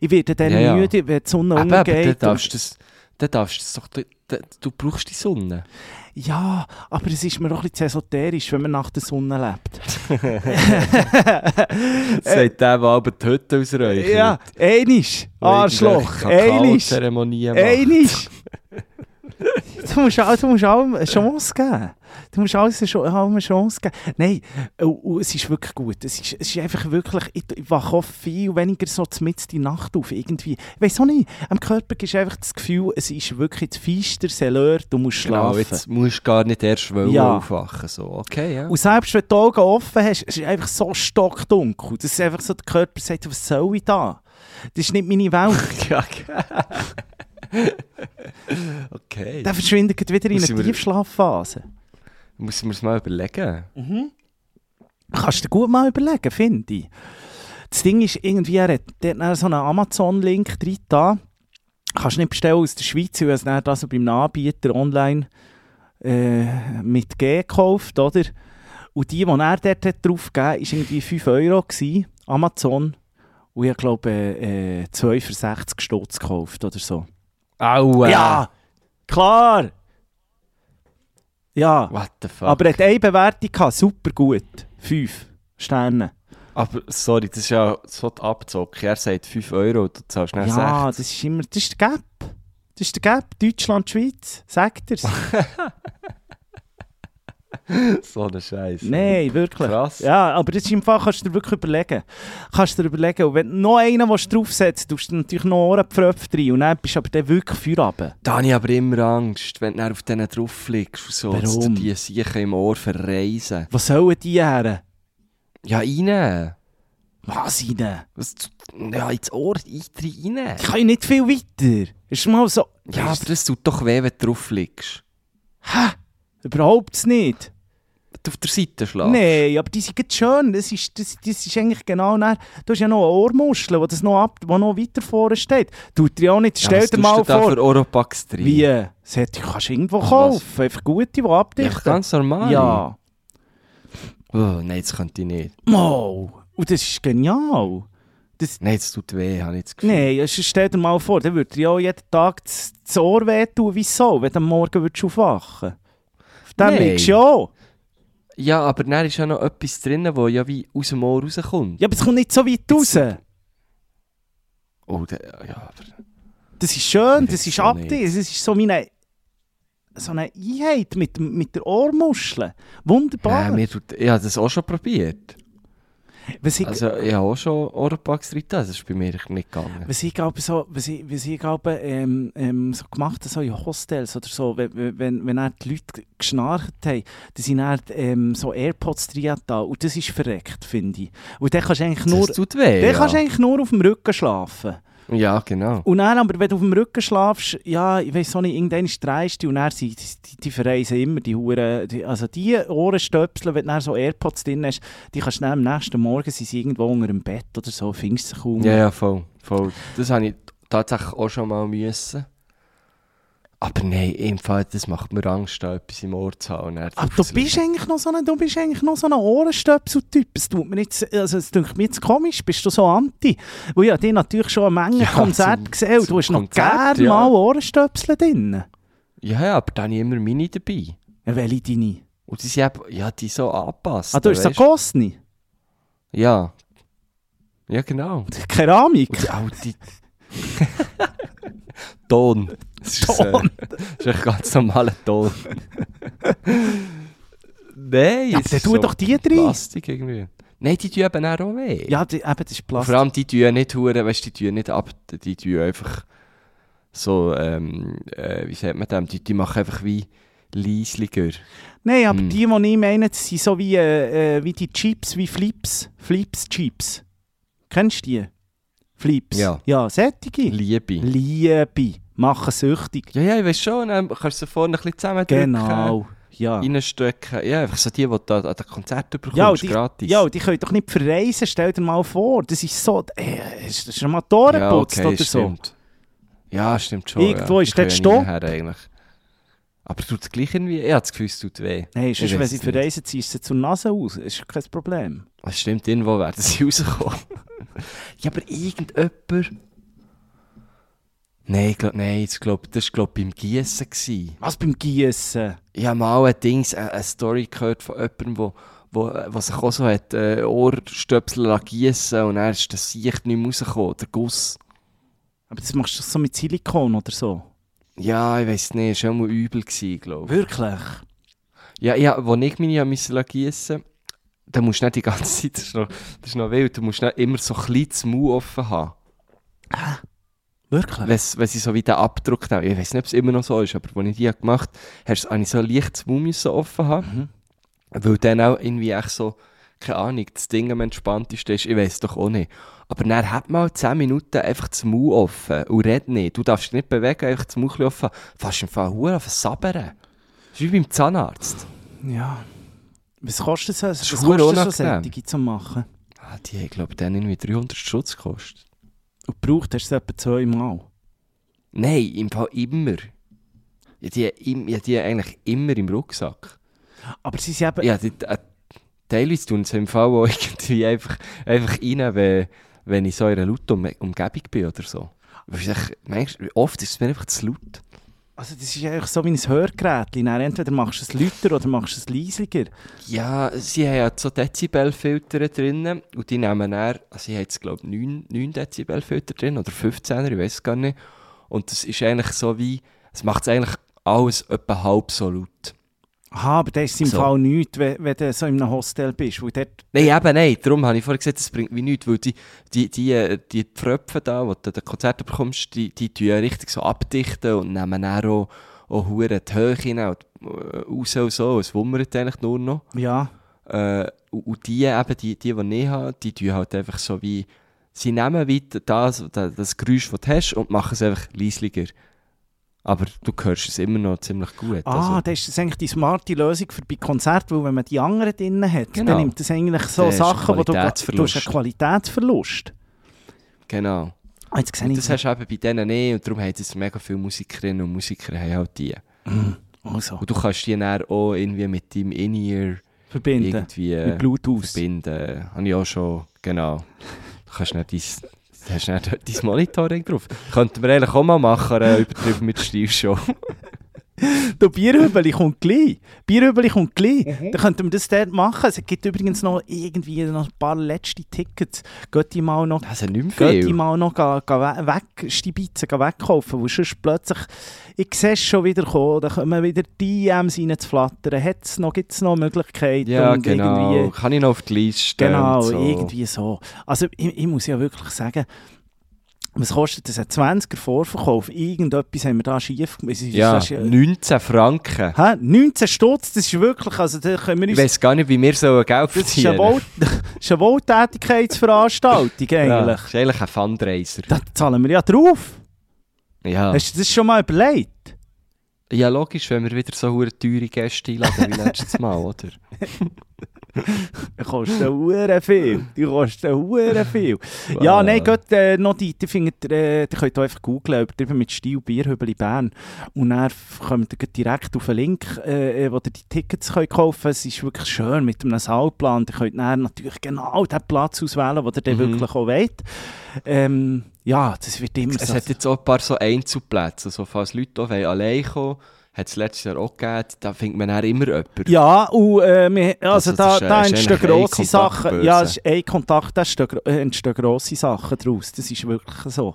S3: Ich werde dann
S2: Ja, ja.
S3: müde, wenn die Sonne
S2: Eben, aber dann
S3: untergeht. und-
S2: darfst du das, dann darfst du das doch, du- du- du brauchst die Sonne.
S3: Ja, aber es ist mir auch ein bisschen zu esoterisch, wenn man nach der Sonne lebt.
S2: Sagt der, der aber die Hütte ausräuchert.
S3: Äh. ja, einisch, Arschloch, einisch.
S2: Zeremonien
S3: Einig! du musst, all- du musst allem eine Chance geben. Du musst alles eine Cho- allem eine Chance geben. Nein, äh, und es ist wirklich gut. Es ist, es ist einfach wirklich, ich, ich wache auch viel weniger so mitten die Nacht auf. Irgendwie. Ich weiß auch nicht, am Körper ist einfach das Gefühl, es ist wirklich das feister Selör, du musst
S2: Genau,
S3: schlafen.
S2: jetzt musst du gar nicht erst wollen
S3: Ja.
S2: aufwachen. So. Okay, ja.
S3: und selbst wenn du die Augen offen hast, es ist einfach so stockdunkel. Das ist einfach so, der Körper sagt, was soll ich da? Das ist nicht meine Welt.
S2: Ja, okay.
S3: Dann verschwindet gleich wieder in
S2: Müssen
S3: eine
S2: wir-
S3: Tiefschlafphase.
S2: Muss ich mir das mal überlegen.
S3: Kannst du dir gut mal überlegen, finde ich. Das Ding ist, irgendwie, er hat dort dann so einen Amazon-Link drin da. Kannst nicht bestellen aus der Schweiz, weil er es dann also beim Anbieter online äh, mit G gekauft, oder? Und die, die er dort hat draufgegeben hat, war irgendwie 5 Euro. Gewesen, Amazon. Und ich habe, glaube äh, äh, 2 für 60 Stutz gekauft oder so.
S2: Aua!
S3: Ja! Klar! Ja.
S2: What the fuck?
S3: Aber er hat eine Bewertung gehabt, super gut. 5 Sterne.
S2: Aber sorry, das ist ja so die Abzocke. Er sagt 5 Euro, du zahlst nicht 60.
S3: Ja, das ist immer, das ist der Gap. Das ist der Gap, Deutschland, Schweiz, sagt er's.
S2: So eine Scheiße.
S3: Nein, wirklich.
S2: Krass.
S3: Ja, aber das ist im Fall, kannst du dir wirklich überlegen. Kannst du dir überlegen, und wenn du noch einen willst, draufsetzt, tust du natürlich noch Ohrenpfröpfe rein und dann bist du aber dann wirklich Feierabend.
S2: Da habe ich aber immer Angst, wenn du dann auf denen drauf liegst und so, dass du
S3: Warum?
S2: die Siechen im Ohr verreisen.
S3: Was sollen die her?
S2: Ja, rein!
S3: Was rein?
S2: Was, ja, ins Ohr, ein- rein!
S3: Ich kann ja nicht viel weiter. Ist mal so...
S2: Ja, aber das tut doch weh, wenn du drauf liegst.
S3: Überhaupt nicht.
S2: Wenn du auf der Seite schlafst.
S3: Nein, aber die sind gerade schön. Das ist, das, das ist eigentlich genau nach. Du hast ja noch eine Ohrmuschel, die das noch, ab, wo noch weiter vorne steht. Tut dir auch nicht.
S2: Ja,
S3: Stell
S2: was
S3: dir
S2: tust
S3: mal
S2: du da
S3: vor.
S2: für Oropax drin?
S3: Wie? Das hätte, kannst du irgendwo
S2: Was?
S3: kaufen. Einfach gute, die
S2: Ja,
S3: abdichten.
S2: ganz normal.
S3: Ja.
S2: Oh, nein, das könnte ich nicht.
S3: Mal. Und das ist genial. Das,
S2: Nein, es tut weh, habe ich das Gefühl.
S3: Nein, also stell dir mal vor, dann würde dir ja auch jeden Tag das das Ohr wehtun, wieso, wenn du am Morgen würdest aufwachen würdest. Dann
S2: Nein.
S3: liegst du ja
S2: Ja, aber dann ist ja noch etwas drin, das ja wie aus dem Ohr rauskommt.
S3: Ja, aber es kommt nicht so weit raus.
S2: Oh, der, ja, aber...
S3: Das ist schön, das
S2: weiß
S3: ist
S2: auch
S3: ab
S2: nicht.
S3: dir. Es ist so meine, so eine Einheit mit, mit der Ohrmuschel. Wunderbar.
S2: Nein, mir tut, ich habe das auch schon probiert.
S3: was ich,
S2: Also, ich habe auch schon Ohrenpackstritis, das ist bei mir nicht gegangen.
S3: was ich glaube, so, was ich, was ich glaube, ähm, ähm, so gemacht habe, so in Hostels oder so, wenn, wenn- wenn, wenn dann die Leute geschnarcht haben, dann sind dann ähm, so AirPods drin da und das ist verreckt, finde ich. Und dann kannst du eigentlich nur,
S2: das tut weh,
S3: dann
S2: ja.
S3: kannst du eigentlich nur auf dem Rücken schlafen.
S2: ja, genau.
S3: Und dann, aber wenn du auf dem Rücken schlafst, ja, ich weiß auch nicht, irgendwann dreist du und dann sind, die, die verreisen immer, die Huren, die, also die Ohrenstöpsel, wenn du dann so Airpods drin hast, die kannst du dann am nächsten Morgen, sind sie irgendwo unter dem Bett oder so, findest du sie kaum.
S2: Ja, ja, voll, voll. Das habe ich tatsächlich auch schon mal müssen. Aber nein, im Fall, das macht mir Angst, da etwas im Ohr zu haben. und dann
S3: Aber Ah, du
S2: draufzulegen.
S3: bist eigentlich noch so ein, du bist eigentlich noch so ein Ohrenstöpsel-Typ. Es tut mir jetzt, also es dünkt mir jetzt komisch, bist du so anti. Weil ja, die natürlich schon eine Menge
S2: Ja,
S3: Konzerte
S2: zum-
S3: gesehen und du
S2: zum
S3: hast noch
S2: Konzert,
S3: gerne
S2: ja.
S3: mal Ohrenstöpsel drin.
S2: Ja, ja, aber dann habe ich immer meine dabei.
S3: Ja, welche deine?
S2: Und die sind eben, ja, die so angepasst.
S3: Ah, du hast so
S2: weisst
S3: Gossni.
S2: Ja. Ja, genau.
S3: Keramik.
S2: Und die alte... Ton. Das ist,
S3: Ton.
S2: Äh, das ist ein ganz normaler Ton. Nein,
S3: Ja, aber
S2: es
S3: dann
S2: ist
S3: tu doch die drin.
S2: Plastik irgendwie. Nein, die tun eben auch weh.
S3: Ja, die, eben, das ist
S2: Und
S3: Plastik.
S2: Vor allem die tun nicht hure, weißt du, die tun nicht ab, die tun einfach so, ähm, äh, wie sagt man dem, die, die machen einfach wie leisliger.
S3: Nein, aber
S2: Hm.
S3: die, die ich meine, das sind so wie, äh, äh, wie die Chips, wie Flips. Flips-Chips. Kennst du die? Flips.
S2: Ja.
S3: Ja, sättige.
S2: Liebe.
S3: Liebe. Machen süchtig.
S2: Ja, ja, ich weiß schon, dann kannst du sie vorne ein bisschen zusammendrücken,
S3: Genau.
S2: äh,
S3: Ja.
S2: reinstecken. eh, Ja, einfach so die, die du da an den Konzerten bekommst,
S3: Ja, und die,
S2: gratis.
S3: ja, und die können doch nicht verreisen, stell dir mal vor. Das ist so. Äh, hast du schon mal die Ohren geputzt oder so?
S2: stimmt. Ja, stimmt schon.
S3: Irgendwo
S2: ja.
S3: ist
S2: Die können
S3: dort
S2: ja nie
S3: Stopp.
S2: her eigentlich. Aber tut es gleich irgendwie, ich habe das Gefühl, es tut weh.
S3: Nein,
S2: Ich
S3: sonst, wenn
S2: weiss
S3: sie
S2: es
S3: verreisen, ziehst du sie zur Nase aus. Das ist kein Problem.
S2: Das stimmt, irgendwo werden sie rauskommen. ja, aber irgendjemand. Nein, ich glaub, nein, das, glaub, das war glaub, beim Gießen. gsi.
S3: Was beim Gießen?
S2: Ich habe mal ein Dings, eine, eine Story gehört von jemandem, wo, wo, äh, was sich auch so hat, äh, Ohrstöpsel gießen und er ist das Sicht nicht mehr rausgekommen, der Guss.
S3: Aber das machst du doch so mit Silikon oder so.
S2: Ja, ich weiß nicht, es war schon mal übel, glaube ich.
S3: Wirklich?
S2: Ja, ja, als ich meine musste gießen, dann musst du nicht die ganze Zeit, das ist noch, das ist noch wild, du musst nicht immer so klein das Maul offen haben.
S3: Wirklich?
S2: wenn sie so wie den Abdruck nehmen. Ich weiß nicht, ob es immer noch so ist, aber als ich die habe gemacht habe, hast- habe ich so leicht das Mumie so offen haben. Weil dann auch irgendwie echt so, keine Ahnung, das Ding am entspanntesten ist, ich weiß doch auch nicht. Aber dann hat man halt 10 Minuten einfach das Mund offen und redet nicht. Du darfst dich nicht bewegen, einfach das Mund ein bisschen offen. haben. Fast im Fall Huren auf Sabbern. Das ist wie beim Zahnarzt.
S3: Ja. Was kostet so, was
S2: ist verdammt
S3: kostet so
S2: unangenehm.
S3: Sättige zu machen?
S2: Ah, die haben, glaube ich, dann irgendwie 300 Schutz gekostet.
S3: Und gebraucht hast du es etwa zweimal.
S2: Nein, im Fall immer. Ja, die, im- ja, die eigentlich immer im Rucksack.
S3: Aber sie sind eben...
S2: Ja, die, äh, teilweise tun sie im Fall auch irgendwie einfach, einfach rein, wenn, wenn ich so in einer lauten um Umgebung bin oder so. Weil ich sag, manchmal, oft ist es mir einfach zu laut.
S3: Also das ist eigentlich so wie ein Hörgerät. Dann Entweder machst du es lauter oder machst du es leisiger.
S2: Ja, sie haben ja so Dezibelfilter drin und die nehmen dann, also sie haben jetzt glaube ich 9, 9 Dezibelfilter drin oder 15, ich weiß gar nicht. Und das ist eigentlich so wie, es macht eigentlich alles etwa halb so laut.
S3: Aha, aber das ist im
S2: So.
S3: Fall nichts, wenn, wenn du so in einem Hostel bist. Weil dort,
S2: Nein, eben nein. Darum habe ich vorhin gesagt, das bringt mir nichts, weil die, die, die, äh, die Pfröpfe da, die du an den Konzerten bekommst, die, die tun ja richtig so abdichten und nehmen dann auch, auch hure die Höhe hinein und äh, raus und so. Es wummert eigentlich nur noch.
S3: ja,
S2: Äh, und, und die eben, die, die, die ich habe, die tun halt einfach so wie, sie nehmen wie das, das, das Geräusch, das du hast und machen es einfach leisliger. Aber du hörst es immer noch ziemlich gut.
S3: ah,
S2: also,
S3: das ist das eigentlich die smarte Lösung für bei Konzerten, weil wenn man die anderen drin hat,
S2: Genau.
S3: dann nimmt das eigentlich so
S2: Dann ist ein
S3: Sachen, wo du, du hast einen
S2: Qualitätsverlust.
S3: Qualitätsverlust.
S2: genau.
S3: Ah, jetzt sehe
S2: Und
S3: ich
S2: das hast du eben bei denen nicht und darum haben jetzt mega viele Musikerinnen und Musiker haben halt die.
S3: also,
S2: Und du kannst die dann auch irgendwie mit deinem In-Ear
S3: verbinden.
S2: irgendwie äh,
S3: Mit Bluetooth.
S2: verbinden. Habe ich auch schon, genau. Du kannst nicht dein, hast nicht dort dein Monitoring drauf. Könnten wir eigentlich auch mal machen, äh, übertrieben mit Stilshow.
S3: Du, Bierhübeli kommt gleich. Bierhübeli kommt gleich. Dann könnten wir das dort machen. Es gibt übrigens noch irgendwie noch ein paar letzte Tickets. Geht die mal noch,
S2: Das sind nicht mehr
S3: geht die
S2: viel.
S3: mal noch ga, ga we- wegstibitzen, ga wegkaufen. Weil sonst plötzlich, ich sehe es schon wieder kommen, da kommen wieder DMs rein zu flattern. Hat's noch, gibt es noch Möglichkeiten?
S2: Ja,
S3: und
S2: genau.
S3: Irgendwie,
S2: Kann ich noch auf die Liste?
S3: genau,
S2: und so.
S3: irgendwie so. Also ich, ich muss ja wirklich sagen, was kostet das? Ein 20er Vorverkauf? Irgendetwas haben wir da schief gemacht. Es ist-
S2: Ja,
S3: es ist-
S2: 19 Franken.
S3: Hä? 19 Stutz, das ist wirklich, also da können wir
S2: Ich
S3: uns...
S2: weiß gar nicht, wie wir so Geld
S3: das ist eine,
S2: verdienen.
S3: Wohl, das ist eine Wohltätigkeitsveranstaltung
S2: Ja,
S3: eigentlich.
S2: das ist eigentlich ein Fundraiser.
S3: Da zahlen wir ja drauf.
S2: Ja.
S3: Hast du das schon mal überlegt?
S2: ja, logisch, wenn wir wieder so hure teure Gäste einladen wie letztes Mal, oder?
S3: Die kosten hure viel. Die kosten hure viel. Ja,
S2: Wow.
S3: nein, gut, äh, noch die, die findet, ihr, äh, die könnt ihr einfach googeln, übertrieben mit Stil Bierhübeli Bern. Und dann f- kommt ihr direkt auf einen Link, äh, äh, wo ihr die Tickets könnt kaufen könnt. Es ist wirklich schön mit einem Saalplan. Ihr könnt dann natürlich genau den Platz auswählen, den ihr dann
S2: Mhm.
S3: wirklich auch wollt. Ähm, ja, das wird immer
S2: Es
S3: so.
S2: hat jetzt auch ein paar so Einzelplätze. Also, falls Leute auch wollen, allein kommen hat es letztes Jahr auch gegeben, da findet man dann immer jemanden.
S3: Ja, und äh, wir, also
S2: Also,
S3: da,
S2: das ist, äh,
S3: da
S2: ist
S3: entstehen
S2: eigentlich eine
S3: grosse Sachen.
S2: Kontaktbörse.
S3: Ja, es ist ein Kontakt, da entstehen gro- äh, entstehen grosse Sachen draus. Das ist wirklich so.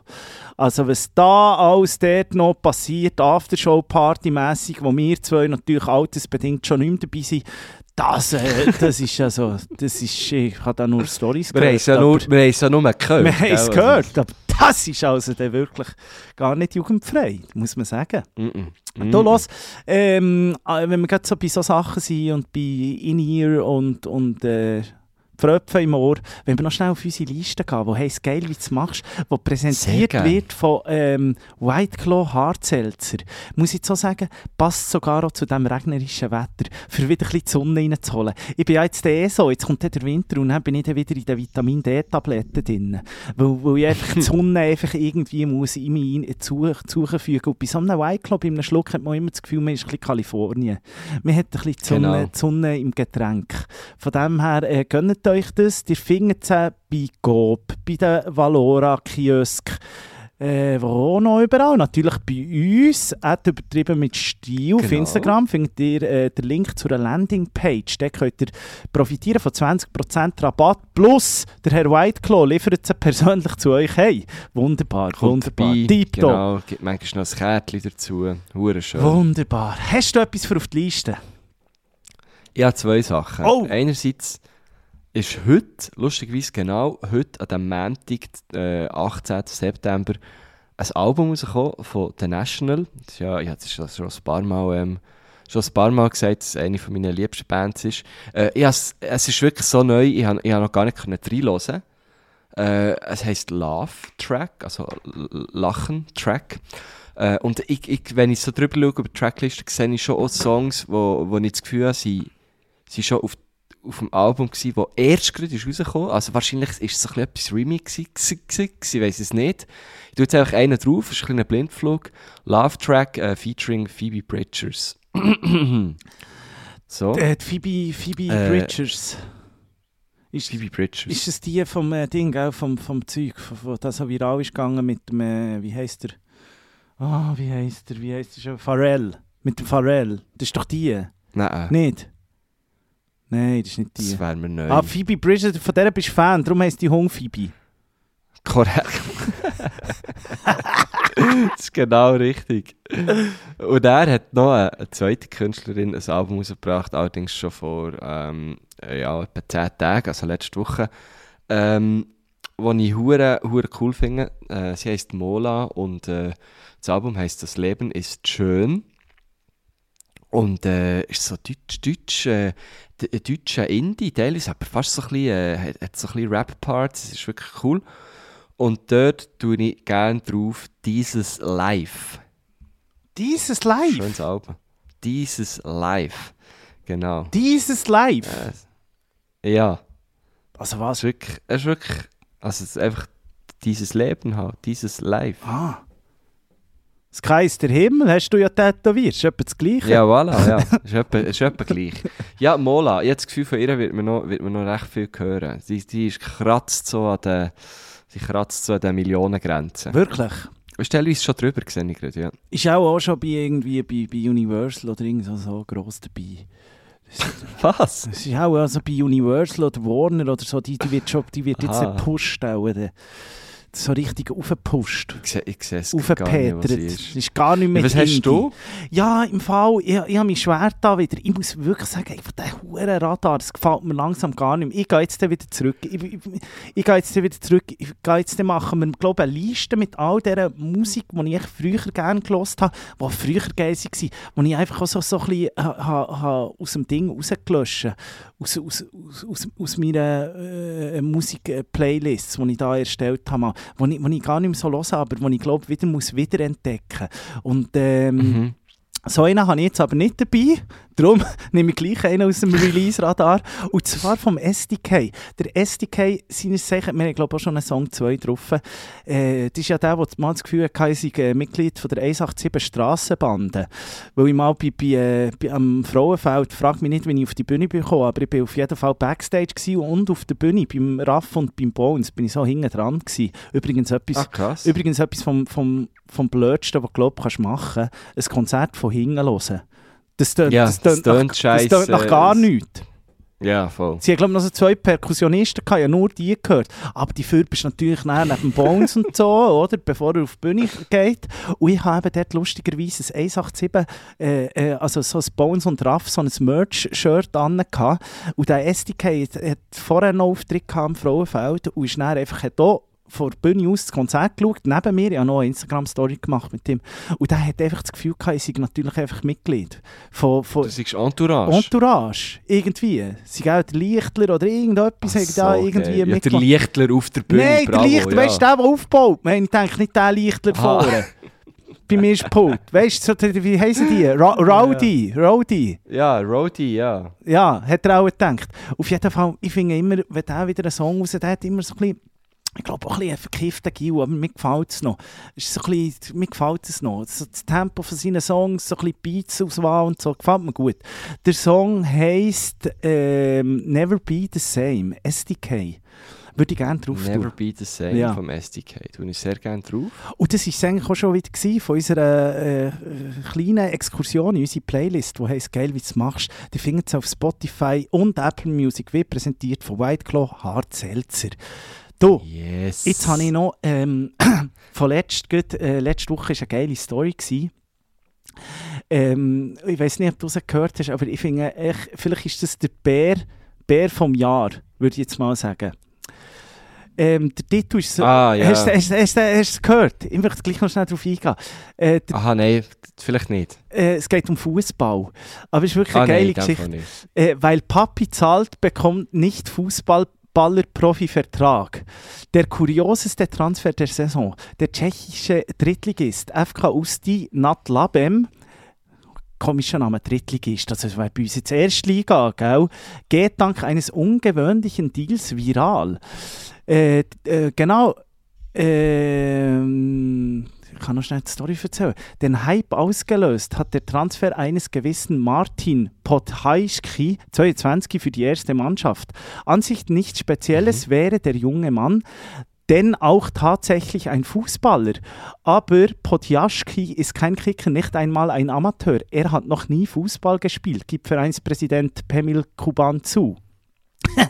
S3: Also was da alles dort noch passiert, Aftershow-Party-mässig, wo wir zwei natürlich altersbedingt schon nicht mehr dabei sind, das, äh, das ist also, das ist, ich habe da nur Storys
S2: Wir haben es ja nur, wir haben es ja nur gehört.
S3: wir haben es
S2: gell?
S3: gehört, aber das ist also dann wirklich gar nicht jugendfrei, muss man sagen.
S2: Mhm.
S3: Du los, ähm, äh, wenn wir gerade so bei so Sachen sind und bei In-Ear und, und äh, Fröpfe im Ohr, wenn wir noch schnell auf unsere Liste gehen, wo heisst «Geil, wie du's machst», wo
S2: Sehr
S3: präsentiert
S2: gerne.
S3: wird von ähm, White Claw Harzelzer. Muss ich so sagen, passt sogar auch zu diesem regnerischen Wetter, für wieder ein bisschen die Sonne reinzuholen. Ich bin ja jetzt eh so, jetzt kommt dann der Winter und dann bin ich dann wieder in den Vitamin D-Tabletten drin. Weil, weil ich einfach die Sonne einfach irgendwie muss in mich zu- zufügen. Und bei so einem White Club, bei einem Schluck, hat man immer das Gefühl, man ist ein bisschen Kalifornien. Man hat ein bisschen die Sonne,
S2: Genau.
S3: die Sonne im Getränk. Von dem her, äh, gönnt euch das. Ihr findet es auch bei Coop, bei den Valora-Kiosk. Äh, wo auch noch überall. Natürlich bei uns, hat übertrieben mit Stil auf
S2: Genau.
S3: Instagram, findet ihr äh, den Link zu einer Landingpage. Da könnt ihr profitieren von 20% Rabatt. Plus, der Herr Whiteclaw liefert sie persönlich zu euch. Hey, wunderbar,
S2: Kommt
S3: wunderbar.
S2: vorbei.
S3: Tipptopp.
S2: Genau, gibt manchmal noch ein Kärtchen dazu. Hure schön.
S3: Wunderbar. Hast du etwas für auf die Liste?
S2: Ich habe zwei Sachen.
S3: Oh.
S2: Einerseits ist heute, lustigerweise genau heute, an dem Montag, äh, 18. September, ein Album rausgekommen von The National. Das ist ja, ich habe es schon, schon ein paar Mal... Ähm, schon ein paar Mal gesagt, dass es eine von meiner liebsten Bands ist. Äh, ich has- es ist wirklich so neu, ich habe ich hab noch gar nicht können reinhören. Äh, es heisst Laugh Track, also L- Lachen Track. Äh, und ich, ich, wenn ich so drüber schaue, über die Trackliste, sehe ich schon auch Songs, wo, wo ich das Gefühl habe, sie sie schon auf, auf dem Album gsi, wo erst gerade ist rausgekommen. Also wahrscheinlich ist es ein bisschen etwas Remix gsi, gsi, gsi, gsi, ich weiß es nicht. Ich tue jetzt einfach einen drauf, ist ein kleiner Blindflug. Love Track äh, featuring Phoebe Bridgers. so.
S3: Äh, die Phoebe, Phoebe
S2: Äh,
S3: Bridgers. Ist,
S2: Phoebe Bridgers.
S3: ist es die vom äh, Ding, gell? Vom, vom Zeug, von, von das so viral ist gegangen mit dem, äh, wie heißt der? Ah, wie heißt der? Wie heißt der schon? Pharrell. Mit dem Pharrell. Das ist doch die.
S2: Nein,
S3: Nicht? Nein, das ist nicht die.
S2: das wäre mir neu.
S3: Ah, Phoebe Bridgers, von der bist du Fan, darum heisst die Hung Phoebe.
S2: Korrekt. das ist genau richtig. Und er hat noch eine, eine zweite Künstlerin ein Album rausgebracht, allerdings schon vor ähm, ja, etwa 10 Tagen, also letzte Woche, ähm, wo ich hure, hure cool finde. Äh, sie heißt Mola und äh, das Album heißt Das Leben ist schön. Und äh, ist so deutsch, deutsch, äh, d- äh, deutscher Indie, teilweise, aber fast so ein bisschen, äh, hat, hat so ein bisschen Rap-Parts, das ist wirklich cool. Und dort tue ich gerne drauf dieses Live.
S3: Dieses Live!
S2: Schönes Album. Dieses Live. Genau.
S3: Dieses Live!
S2: Ja, es
S3: Also
S2: ist
S3: was?
S2: wirklich, es ist wirklich, also es ist einfach dieses Leben halt, dieses Live.
S3: Ah. Sky ist der Himmel, hast du ja tätowiert, ist etwa das Gleiche.
S2: Ja, voilà, ja. Ist etwa, ist etwa gleich. Ja, Mola, ich habe das Gefühl, von ihr wird man noch, wird man noch recht viel hören. Die, die ist kratzt so an der, die kratzt so an der Millionengrenze.
S3: Wirklich?
S2: Ist teilweise schon drüber gesehen, ich gerade, ja.
S3: Ist auch, auch schon bei, irgendwie, bei, bei Universal oder irgend so, so gross dabei.
S2: Was?
S3: Es ist auch also bei Universal oder Warner oder so, die, die wird, schon, die wird jetzt
S2: Aha.
S3: gepusht. auch, äh, So richtig aufgepusht.
S2: Ich sehe, ich sehe es gar nicht, was
S3: Aufgepetert.
S2: sie
S3: Ist.
S2: ist.
S3: ist gar nicht mehr
S2: Was
S3: die
S2: hast du?
S3: Ja, im Fall, ich, ich habe mich schwer da wieder. Ich muss wirklich sagen, ey, der hure Radar, das gefällt mir langsam gar nicht mehr. Ich gehe jetzt dann wieder zurück. Ich, ich, ich gehe jetzt dann wieder zurück. Ich gehe jetzt dann machen wir, glaube ich, eine Liste mit all dieser Musik, die ich früher gerne gehört habe, die früher geil war, die ich einfach auch so, so ein bisschen ha, ha, ha aus dem Ding rausgelöscht habe. Aus, aus, aus, aus, aus meiner äh, Musik-Playlist, die ich da erstellt habe, die ich, die ich gar nicht mehr so höre, aber die ich, glaube wieder muss wiederentdecken. Und ähm,
S2: Mhm.
S3: so einen habe ich jetzt aber nicht dabei. Darum nehme ich gleich einen aus dem Release-Radar. Und zwar vom SDK. Der SDK, seines Zeichen, wir haben glaube ich auch schon einen Song 2 drauf. Äh, das ist ja der, der mal das Gefühl hatte, er sei äh, Mitglied von der 187 Strassenbande. Weil ich mal bei, bei, äh, bei am Frauenfeld, frag mich nicht, wenn ich auf die Bühne bin gekommen, aber ich bin auf jeden Fall Backstage gewesen und auf der Bühne, beim Raff und beim Bones, bin ich so hinten dran gewesen. Übrigens etwas...
S2: Ah, krass.
S3: Übrigens etwas vom, vom, vom Blödsten, was du glaub, kannst machen kannst, ein Konzert von hinten hören. Das tönt,
S2: Ja,
S3: das tönt,
S2: das tönt
S3: nach, das tönt
S2: scheisse.
S3: nach gar nichts.
S2: ja, voll.
S3: Sie haben, glaube ich, noch so zwei Perkussionisten gehabt, ja nur die gehört. Aber die vier bist natürlich nachher neben Bones und so, oder? Bevor er auf die Bühne geht. Und ich habe eben dort lustigerweise ein 187, äh, äh, also so ein Bones und Raff, so ein Merch-Shirt an. gehabt. Und der SDK hat, hat vorher noch einen Auftritt gehabt im Frauenfeld und ist dann einfach hier von der Bühne aus das Konzert geschaut, neben mir, ich habe noch eine Instagram-Story gemacht mit ihm. Und der hat einfach das Gefühl gehabt, ich sei natürlich einfach Mitglied von, von
S2: Du siehst Entourage.
S3: Entourage, irgendwie. Sie gehen der Lichtler oder irgendetwas,
S2: Ach
S3: haben da
S2: so,
S3: irgendwie
S2: geil. ja, der
S3: mitgemacht.
S2: Lichtler auf der Bühne,
S3: Nein,
S2: bravo,
S3: der Lichtler,
S2: ja.
S3: weißt du, der, der aufbaut. Nein, ich denke nicht der Lichtler
S2: Ah.
S3: vorne. Bei mir ist Pult. Weißt du, so, wie heißen die? Ra Rowdy, Rowdy.
S2: Ja, Rody, ja.
S3: Ja, hat er auch gedacht. Auf jeden Fall, ich finde immer, wenn der wieder einen Song raus hat, hat immer so ein bisschen, ich glaube auch ein bisschen einen verkifften Gil, aber mir gefällt es noch. Es Ist so ein bisschen, mir gefällt es noch. So das Tempo von seinen Songs, so ein bisschen Beats-Auswahl und so, gefällt mir gut. Der Song heisst ähm, «Never Be The Same», SDK. Würde ich gerne drauf tun.
S2: Never be the same
S3: Ja.
S2: vom SDK. Tue ich sehr gerne drauf.
S3: Und das war es eigentlich auch schon wieder gewesen von unserer äh, äh, kleinen Exkursion in unsere Playlist, die heisst «Geil, wie du's machst». Die findet ihr auf Spotify und Apple Music, wie präsentiert von White Claw Hard Seltzer. Du,
S2: Yes.
S3: jetzt habe ich noch, ähm, von letzt, gerade, äh, letzte Woche war eine geile Story. Gewesen. Ähm, ich weiß nicht, ob du es gehört hast, aber ich finde, echt, vielleicht ist das der Bär, Bär vom Jahr, würde ich jetzt mal sagen. Ähm, der Titel ist so...
S2: Ah, ja.
S3: Hast du hast, hast, hast, hast gehört? Ich möchte gleich noch schnell darauf eingehen. Äh, der,
S2: Aha, nein, vielleicht nicht.
S3: äh, es geht um Fußball. Aber es ist wirklich
S2: Ah,
S3: eine geile
S2: nein, in dem Fall
S3: Geschichte.
S2: nicht.
S3: Äh, weil Papi zahlt, bekommt nicht Fußballballer-Profi-Vertrag. Der kurioseste Transfer der Saison. Der tschechische Drittligist FK Usti Natlabem komischer Name Drittligist, also es wäre bei uns jetzt Erstliga, gell? geht dank eines ungewöhnlichen Deals viral. Äh, äh, genau, ähm, ich kann noch schnell die Story erzählen. Den Hype ausgelöst hat der Transfer eines gewissen Martin Pothajski, 22, für die erste Mannschaft. An sich nichts Spezielles wäre der junge Mann, denn auch tatsächlich ein Fußballer. Aber Podjaschki ist kein Kicker, nicht einmal ein Amateur. Er hat noch nie Fußball gespielt, gibt Vereinspräsident Pemil Kuban zu. er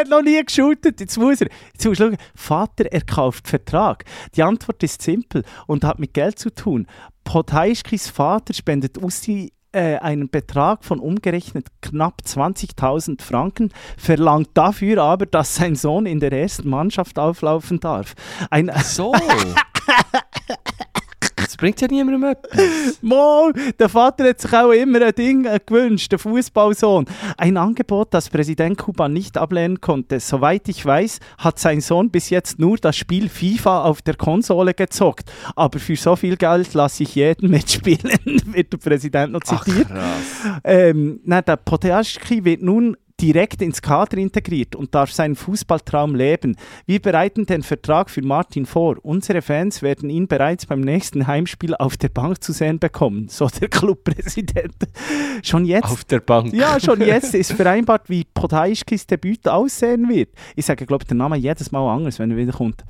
S3: hat noch nie geschultet, jetzt muss er. Jetzt muss er schauen. Vater, er kauft Vertrag. Die Antwort ist simpel und hat mit Geld zu tun. Podjaschkis Vater spendet Usti äh, einen Betrag von umgerechnet knapp 20.000 Franken, verlangt dafür aber, dass sein Sohn in der ersten Mannschaft auflaufen darf. Ein,
S2: So. Das bringt ja niemandem etwas.
S3: Mal, der Vater hat sich auch immer ein Ding äh, gewünscht, der Fußballsohn. Ein Angebot, das Präsident Kuba nicht ablehnen konnte. Soweit ich weiß, hat sein Sohn bis jetzt nur das Spiel FIFA auf der Konsole gezockt. Aber für so viel Geld lasse ich jeden mitspielen, wird der Präsident noch
S2: Ach,
S3: zitiert.
S2: krass.
S3: Ähm, nein, der Poteaschki wird nun direkt ins Kader integriert und darf seinen Fußballtraum leben. Wir bereiten den Vertrag für Martin vor. Unsere Fans werden ihn bereits beim nächsten Heimspiel auf der Bank zu sehen bekommen, so der Clubpräsident. Schon jetzt.
S2: Auf der Bank.
S3: ja, schon jetzt ist vereinbart, wie Podaiskis Debüt aussehen wird. Ich sage, glaube der Name jedes Mal anders, wenn er wiederkommt.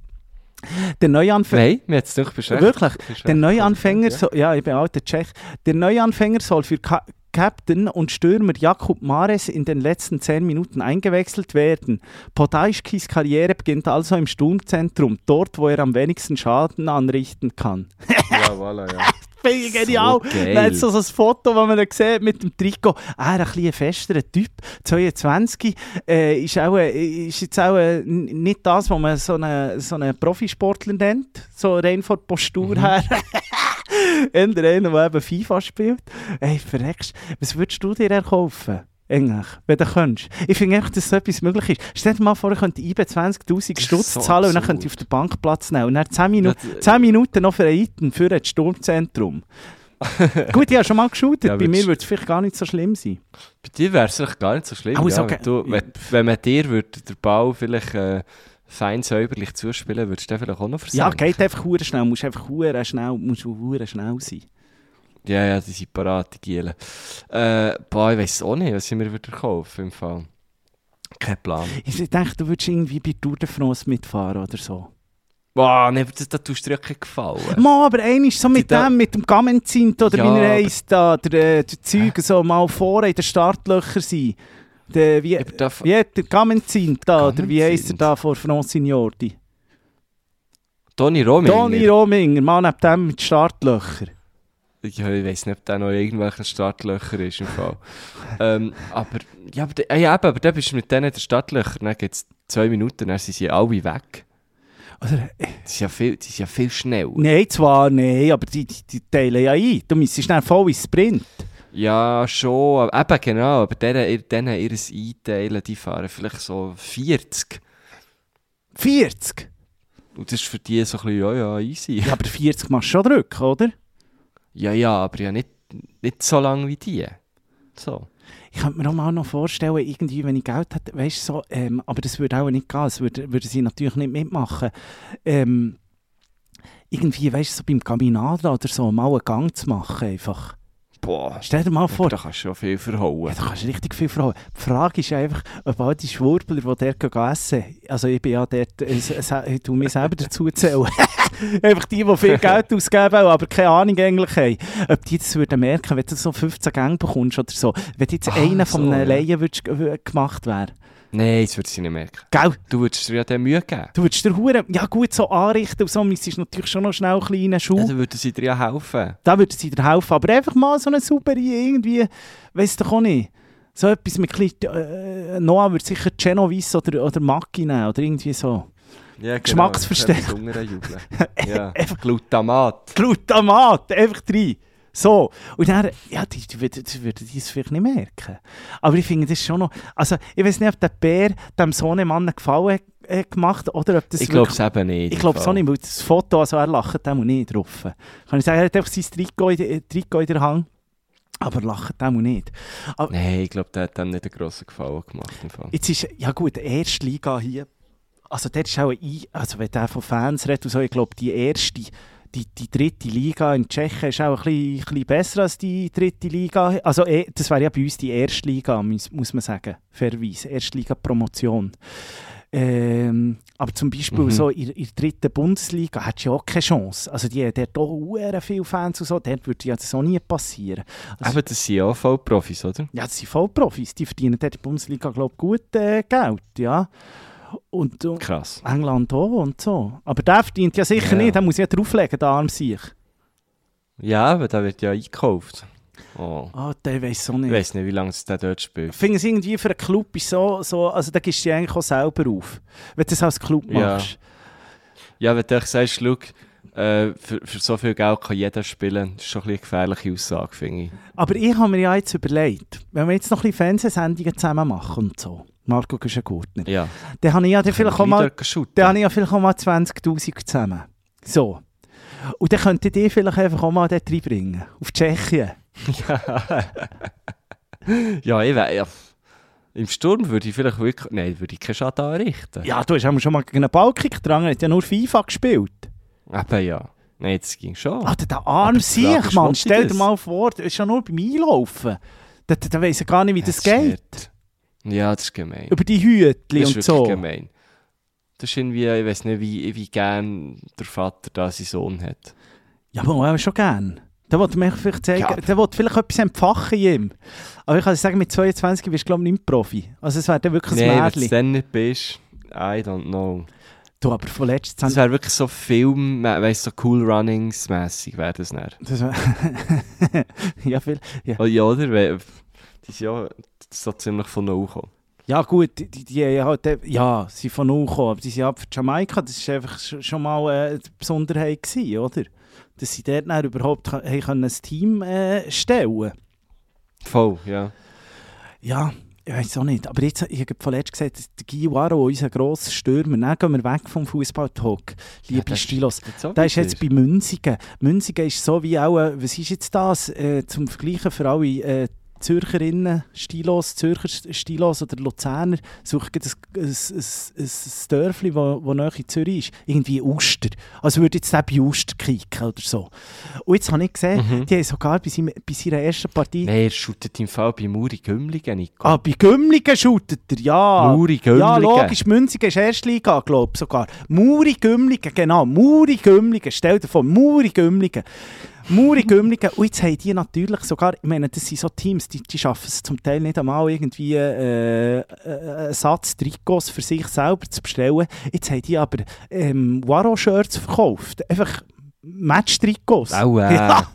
S3: Der Neuanfänger.
S2: Nein, mir hat es nicht beschäftigt.
S3: Wirklich? Der Neuanfänger, so, ja, ich bin alter Tschech. Der Neuanfänger soll für Ka Captain und Stürmer Jakub Mares in den letzten zehn Minuten eingewechselt werden. Podajskis Karriere beginnt also im Sturmzentrum, dort, wo er am wenigsten Schaden anrichten kann.
S2: Ja, voilà, ja.
S3: Finde ich genial.
S2: geil.
S3: Dann hat so ein Foto, das man da sieht mit dem Trikot. Ah, ein bisschen ein festerer Typ, 22, äh, ist, auch, äh, ist jetzt auch äh, n- nicht das, was man so einen, so einen Profisportler nennt, so rein von der Postur
S2: Mhm.
S3: her. Eher einer, der eben FIFA spielt. Ey, verreckst. Was würdest du dir erkaufen? Eigentlich, wenn du könntest. Ich finde echt, dass so etwas möglich ist. Stell dir mal vor, ich könnte IBE 20'000
S2: Das ist
S3: Stutz
S2: so
S3: zahlen und dann
S2: absurd.
S3: könnte ich auf den Bank Platz nehmen. Und dann 10 Minuten,
S2: Ja, d-
S3: 10 Minuten noch für ein Item, für ein Sturmzentrum. Gut, ich habe schon mal geschaut.
S2: Ja,
S3: Bei mir
S2: würdest-
S3: würde es vielleicht gar nicht so schlimm sein.
S2: Bei dir wäre es vielleicht gar nicht so schlimm.
S3: Alles
S2: ja,
S3: okay.
S2: wenn, du, wenn, wenn man dir würd, den Ball vielleicht äh, fein säuberlich zuspielen würdest du den vielleicht auch noch versenken.
S3: Ja, geht einfach hure schnell. Musst einfach hure schnell, musst hure schnell sein.
S2: Ja, ja, die sind parat, die Gielen. Äh, boah, ich weiss auch nicht, was ich mir wieder kaufen im Fall. Kein Plan.
S3: Ich denke, du würdest irgendwie bei Tour de France mitfahren oder so.
S2: Boah, nee, aber das, das tust du dir ja keinen Gefallen.
S3: Mo, aber einer ist so mit
S2: Die da-
S3: dem, mit dem Gamenzint oder
S2: Ja,
S3: wie
S2: aber-
S3: er heisst, da, der, äh, der Zeug so mal vorne in den Startlöchern sein. Der, wie,
S2: Aber da-
S3: wie, der Gamenzint da, oder wie heisst er
S2: Gamenzint?
S3: da vor France Signordi?
S2: Toni Rominger.
S3: Toni Rominger, Mann, neben dem mit Startlöchern.
S2: Ja, ich weiss nicht, ob der noch in irgendwelchen Startlöcher ist im Fall. ähm, aber, ja, aber, der- ja, eben, aber dann bist du mit denen in den Startlöchern, dann gibt es zwei Minuten, dann sind sie alle weg.
S3: Oder, äh,
S2: Die sind ja viel, die sind ja viel schneller.
S3: nein, zwar, nein, aber die, die, die teilen ja ein. Du müsstest dann voll ins Sprint.
S2: Ja, schon, aber eben genau, aber denen, denen ihr Einteilen, die fahren vielleicht so 40.
S3: 40?
S2: Und das ist für die so ein bisschen, ja, ja, easy.
S3: Ja, aber 40 machst du schon drücken, oder?
S2: Ja, ja, aber ja nicht, nicht so lang wie die. So.
S3: Ich könnte mir auch mal noch vorstellen, irgendwie, wenn ich Geld hätte, weißt so, ähm, aber das würde auch nicht gehen, das würde, würde sie natürlich nicht mitmachen. Ähm, irgendwie, weißt du, so beim Caminada oder so, mal einen Gang zu machen einfach.
S2: Boah,
S3: Stell dir mal vor,
S2: da kannst du schon viel
S3: ja,
S2: verhauen.
S3: da kannst du richtig viel fragen. Die Frage ist einfach, ob all die Schwurbler, die dort gehen essen, also ich bin ja dort, äh, s- s- ich tu mich selber dazu zählen, einfach die, die viel Geld ausgeben, aber keine Ahnung eigentlich haben, ob die das würden merken, wenn du so 15 Gänge bekommst oder so, wenn jetzt
S2: Ah,
S3: einer von
S2: so,
S3: einem
S2: ja.
S3: Laien würdest g- w- gemacht wäre.
S2: Nein, das würde sie nicht merken.
S3: Gell?
S2: Du würdest dir ja den Mühe geben.
S3: Du würdest dir Huren, ja gut, so anrichten und so, müsstest natürlich schon noch schnell einen kleinen Schuh.
S2: Ja, dann Also würden sie dir ja helfen.
S3: Da würde sie dir helfen. Aber einfach mal so eine saubere, irgendwie, weißt du auch nicht. So etwas mit ein bisschen, äh, Noah würde sicher Genovese oder, oder Maggi nehmen oder irgendwie so.
S2: Ja, genau.
S3: Geschmacksverstärker.
S2: ja, Glutamat.
S3: Glutamat, einfach rein. So. Und dann, ja, die, die, würden- die würden das vielleicht nicht merken. Aber ich finde das schon noch, also ich weiß nicht, ob der Bär dem Sohnemann einen Gefallen äh, gemacht oder ob das
S2: Ich glaube es eben nicht.
S3: Ich glaube, so nicht, weil das Foto, also er lacht dem und nicht drauf. Kann ich sagen, er hat einfach sein Trikot in, äh, Trikot in der Hand, aber lacht dem und nicht.
S2: Nein, ich glaube, der hat dem nicht einen grossen Gefallen gemacht. Im Fall.
S3: Jetzt ist, ja gut, die erste Liga hier, also dort ist auch ein, also wenn der von Fans redet und so, ich glaube, die erste, die, die dritte Liga in Tschechien ist auch ein bisschen, ein bisschen besser als die dritte Liga. Also eh, das wäre ja bei uns die erste Liga, muss, muss man sagen, fairerweise, erste Liga-Promotion. Ähm, aber zum Beispiel
S2: Mhm.
S3: so in, in der dritten Bundesliga hat ja auch keine Chance. Also die hat dort auch huere viele Fans und so, dort würde ja das auch nie passieren. Also-
S2: Aber das sind ja auch voll Profis, oder?
S3: Ja, das sind Vollprofis, die verdienen dort in der Bundesliga glaube ich gut äh, Geld, ja. Und, und
S2: Krass.
S3: England auch und so. Aber der verdient ja sicher
S2: Ja.
S3: nicht, der muss ja drauflegen, der arme sich.
S2: Ja, aber der wird ja eingekauft. Oh.
S3: Ah, der weiß auch
S2: Ich
S3: nicht.
S2: weiß nicht, wie lange es der dort
S3: Ich
S2: spielt.
S3: finde es irgendwie für einen Club ist so, so also da gibst du dich eigentlich auch selber auf, wenn du das als Club
S2: Ja.
S3: machst.
S2: Ja, wenn du euch sagst, schau, äh, für, für so viel Geld kann jeder spielen, das ist schon ein bisschen eine gefährliche Aussage, finde ich.
S3: Aber ich habe mir ja jetzt überlegt, wenn wir jetzt noch ein bisschen Fernsehsendungen zusammen machen und so, Marco Güschen-Gurtner,
S2: Ja.
S3: dann habe ich ja dann vielleicht auch mal Dann
S2: Dann
S3: habe ich ja vielleicht auch mal 20'000 zusammen. So. Und dann könnte ich dich vielleicht einfach auch mal dort reinbringen. Auf Tschechien.
S2: ja, ich weiß. Ja. Im Sturm würde ich vielleicht wirklich. Nein, würde ich keinen Schaden anrichten.
S3: Ja, du hast ja schon mal gegen einen Ball gekickt, der andere hat ja nur FIFA gespielt.
S2: Eben ja. Nein, das ging schon.
S3: Alter, Ah, der arme
S2: die Frage
S3: Sieg,
S2: ist,
S3: Mann,
S2: will ich
S3: stell dir
S2: das?
S3: mal vor, der ist ja nur beim Einlaufen. Da, da, da weiss er gar nicht, wie das, geht.
S2: wird- Ja, das ist gemein.
S3: Über die Hütli
S2: Das ist
S3: und
S2: wirklich
S3: so.
S2: gemein. Das ist irgendwie, ich weiß nicht, wie, wie gern der Vater da seinen Sohn hat.
S3: Ja, aber man schon gern. Der wollte mir vielleicht zeigen,
S2: Ja, aber-
S3: der wollte vielleicht etwas empfachen in ihm. Aber ich kann dir sagen, mit 22 bist du, glaube ich, nicht mehr Profi. Also es wäre dann wirklich ein
S2: Nein, wenn du
S3: Mädchen.
S2: dann nicht bist, I don't know.
S3: Du, aber von letztem
S2: Das wäre wirklich so Film, weißt so Cool Runnings mäßig wäre das nicht.
S3: Das wär- ja, viel. Ja.
S2: Oh, ja, oder? Weil, die ist ja so ziemlich von null gekommen.
S3: ja, gut, die, die, die haben halt, eben- ja, sie sind von null gekommen, aber die sind ab für Jamaika, das war einfach sch- schon mal äh, eine Besonderheit, gewesen, oder? Dass sie dort dann überhaupt k- haben können ein Team äh, stellen
S2: Voll, ja.
S3: Ja, ich weiß auch nicht. Aber jetzt, ich habe vorletzt gesagt, dass der Guy Waro, unser grosser Stürmer, dann gehen wir weg vom Fußballtalk.
S2: Ja,
S3: Liebe
S2: das-
S3: Stilos.
S2: Jetzt auch
S3: Da ist
S2: wieder.
S3: jetzt bei Münzigen. Münzigen ist so wie auch, äh, was ist jetzt das, äh, zum Vergleichen für alle äh, Zürcherinnen, Stilos, Zürcher S- Stilos oder Luzerner, suchen ein, ein, ein, ein, ein Dörfli, wo, wo nahe in Zürich ist, irgendwie Uster. Also würde jetzt der bei Uster kicken oder so. Und jetzt habe ich gesehen, die haben sogar bei, seinem, bei seiner ersten Partie...
S2: Mhm. Nein, er shootet im Fall bei Muri Gümligen, Nico.
S3: Ah, bei Gümligen shootet er, ja.
S2: Muri Gümligen.
S3: Ja, logisch, Münzigen ist Erstliga, glaube ich sogar. Muri Gümligen, genau, Muri Gümligen, stell dir vor, Muri Gümligen. Muri Gümligen, und jetzt haben die natürlich sogar, ich meine, das sind so Teams, die, die schaffen es zum Teil nicht einmal irgendwie äh, äh, einen Satz Trikots für sich selber zu bestellen. Jetzt haben die aber ähm, Waro-Shirts verkauft, einfach Match-Trikots.
S2: Au, äh.
S3: Ja.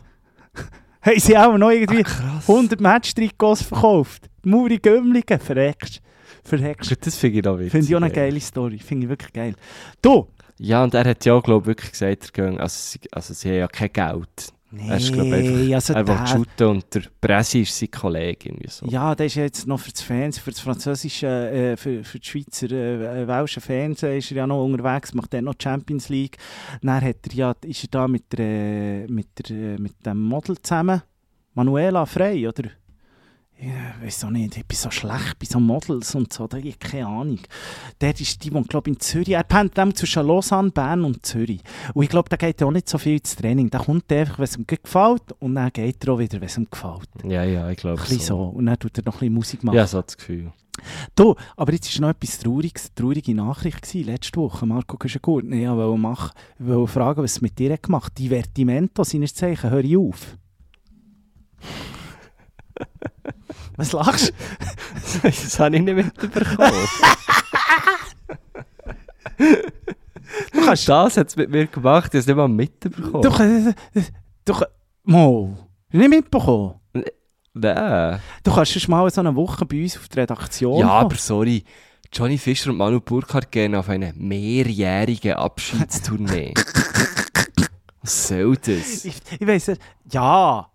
S3: Haben sie auch noch irgendwie
S2: krass.
S3: 100 Match-Trikots verkauft. Muri Gömmligen, verreckst. Verreckst.
S2: Das finde ich auch witzig.
S3: Finde ich auch eine
S2: ey.
S3: geile Story. Finde ich wirklich geil. Du!
S2: Ja, und er hat ja, glaube ich, wirklich gesagt, er gehe, also, sie- also sie haben ja kein Geld. er ist, glaube ich,
S3: also
S2: er will
S3: der-
S2: shooten und der Presse ist sein Kollege. Irgendwie so.
S3: Ja, der ist ja jetzt noch für das Fernsehen, für das französische, äh, für, für das Schweizer, äh, äh, welsche Fernsehen ist er ja noch unterwegs, macht dann noch die Champions League. Dann hat er ja, ist er da mit, der, äh, mit, der, äh, mit dem Model zusammen. Manuela Frey, oder? Ja, weiß auch nicht, ich bin so schlecht bei so Models und so, da habe ich keine Ahnung. Der ist die, die glaube in Zürich, er pennt dem zwischen Lausanne, Bern und Zürich. Und ich glaube, da geht er auch nicht so viel ins Training. Da kommt er einfach, wenn es ihm gut gefällt und dann geht er auch wieder, wenn es ihm gefällt.
S2: ja, ja, ich glaube
S3: Ein bisschen so. Und dann tut er noch ein bisschen Musik machen.
S2: Ja, so das Gefühl.
S3: Du, aber jetzt war noch etwas Trauriges, eine traurige Nachricht gewesen, letzte Woche. Marco Kuschengut, ich wollte, machen, ich wollte fragen, was es mit dir hat gemacht hat. Divertimento, seines Zeichen, hör ich auf. was lachst du?
S2: das habe ich nicht mitbekommen. du kannst das hat es mit mir gemacht, ich habe es nicht mal mitbekommen.
S3: Du, kann- du, kann- Mo, hast du nicht mitbekommen?
S2: Nein.
S3: Du kannst schon mal so eine Woche bei uns auf die Redaktion
S2: Ja,
S3: kommen.
S2: aber sorry. Johnny Fischer und Manu Burkhardt gehen auf eine mehrjährige Abschiedstournee. Was soll das?
S3: Ich, ich weiss ja, ja.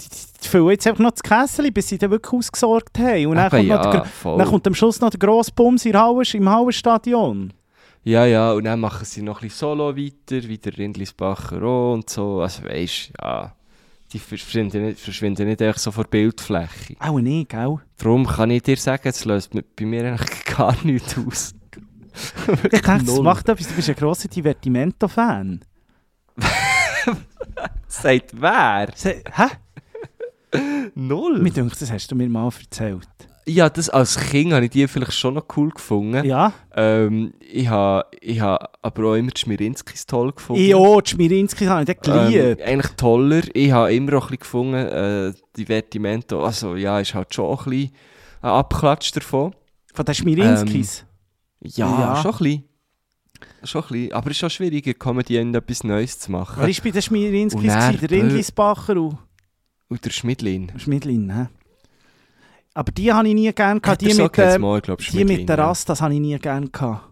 S3: Die, die, die füllen jetzt einfach noch das Kessel, bis sie dann wirklich ausgesorgt haben. Und dann
S2: Eben
S3: kommt, noch
S2: ja,
S3: der, gro-
S2: voll.
S3: dann kommt am Schluss noch der grosse Bums in der Halle, im Hallenstadion.
S2: Ja, ja, und dann machen sie noch ein bisschen Solo weiter, wie der Rindlisbacher auch und so. Also weisst, ja, die verschwinden nicht, verschwinden nicht einfach so von der Bildfläche.
S3: Auch nicht, gell?
S2: Darum kann ich dir sagen, es löst mit- bei mir eigentlich gar nichts aus.
S3: Ich dachte, das
S2: Null.
S3: macht etwas, du bist ein grosser Divertimento-Fan.
S2: Sagt wer?
S3: Se- Hä?
S2: Null.
S3: Mir denkt, das hast du mir mal erzählt.
S2: ja, das als Kind habe ich die vielleicht schon noch cool gefunden.
S3: Ja?
S2: Ähm, ich habe ich ha aber auch immer die Schmirinskis toll gefunden.
S3: Ich auch, die Schmirinski habe ich dann
S2: ähm,
S3: geliebt.
S2: Eigentlich toller. Ich habe immer auch ein bisschen gefunden, äh, Divertimento, also ja, ist halt schon auch ein bisschen ein Abklatsch davon.
S3: Von den Schmirinskis.
S2: ähm, Ja,
S3: Ja.
S2: schon ein bisschen. Schon ein bisschen. Aber es ist schon schwierig, in Comedy etwas Neues zu machen.
S3: Wer war bei den Schmirinskis?
S2: Und er- äh,
S3: gewesen? Der Rindlisbacher und
S2: Und der Schmidlin.
S3: Schmidlin, hä? Aber die habe ich nie gerne gehabt. Die
S2: Der
S3: mit,
S2: Sock hat's
S3: ähm,
S2: mal, glaub,
S3: Die
S2: Schmidlin,
S3: mit der
S2: ja.
S3: Rasse, das habe ich nie gerne gehabt.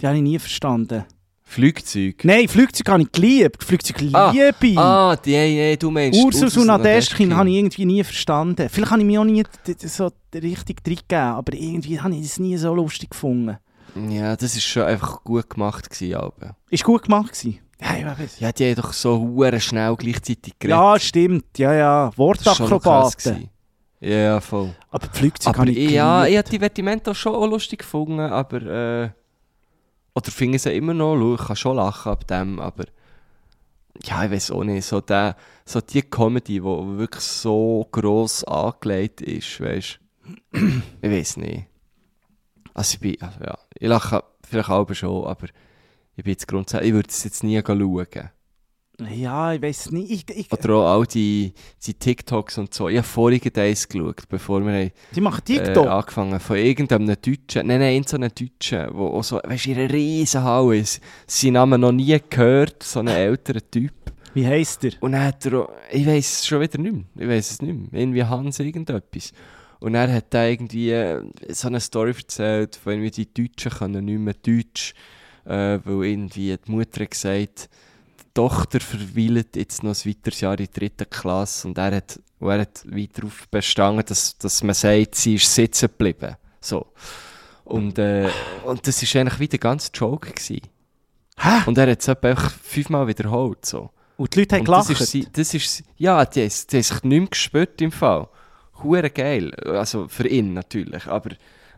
S3: Die habe ich nie verstanden.
S2: Flugzeug.
S3: Nein, Flugzeug habe ich geliebt. Flugzeug
S2: Ah,
S3: liebe ich.
S2: Ah, die, nee, du meinst.
S3: Ursus und Nadeschkin habe ich irgendwie nie verstanden. Vielleicht habe ich mich auch nie d- d- so richtig drin gegeben, aber irgendwie habe ich das nie so lustig gefunden.
S2: Ja, das ist schon einfach gut gemacht gewesen, Alben.
S3: Ist gut gemacht gewesen. Ja, ich weiß.
S2: Ja, die haben doch so hure schnell gleichzeitig geredet.
S3: ja stimmt. Ja, ja.
S2: Das ist schon noch krass
S3: Wortakrobaten.
S2: gewesen. Ja, voll.
S3: Aber die Flugzeuge
S2: Aber
S3: habe ich
S2: ich, ja,
S3: geliebt.
S2: ich habe die Divertimento schon auch lustig gefunden, aber. Äh, oder finde sie immer noch, schau, ich kann schon lachen ab dem, aber. Ja, ich weiß auch nicht. So, der, so die Comedy, die wirklich so gross angelegt ist, weißt Ich weiß nicht. Also, ich bin. Also, ja, ich lache vielleicht auch schon, aber ich bin jetzt grundsätzlich. Ich würde es jetzt nie schauen.
S3: Ja, ich weiß nicht. Ich, ich,
S2: Oder auch all die, die TikToks und so. Ich habe vorige Days geschaut, bevor wir.
S3: die machen
S2: Äh,
S3: TikTok.
S2: angefangen von irgendeinem Deutschen, nein, nein, so einem Deutschen, wo auch so, weißt du, in einer riesen Halle ist, seinen Namen noch nie gehört, so ein älterer Typ.
S3: Wie heisst der?
S2: Und dann hat er, auch- ich weiß es schon wieder nicht mehr, ich weiß es nicht mehr, irgendwie Hans irgendetwas. Und er hat da irgendwie äh, so eine Story erzählt, von irgendwie die Deutschen können nicht mehr Deutsch, äh, weil irgendwie die Mutter hat gesagt, die Tochter verweilt jetzt noch ein weiteres Jahr in der dritten Klasse und er hat, und er hat weit darauf bestanden, dass, dass man sagt, sie ist sitzen geblieben. So. Und, äh, und das war eigentlich wieder ganz Joke. Gewesen.
S3: Hä?
S2: Und er hat es etwa einfach fünfmal wiederholt. So.
S3: Und die Leute haben
S2: Und
S3: gelacht.
S2: Das ist, sie- das ist, sie- ja, die, haben- die haben sich nicht mehr gespürt im Fall. Hure geil. Also für ihn natürlich. Aber,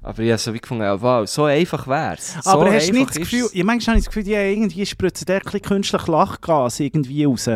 S2: aber ich habe so wie gefunden, ja, wow, so einfach wär's. So
S3: Aber hast
S2: einfach
S3: du nicht das
S2: ist's.
S3: Gefühl, ja, manchmal habe ich das Gefühl, die haben irgendwie spritzen der ein bisschen künstlich Lachgas irgendwie raus.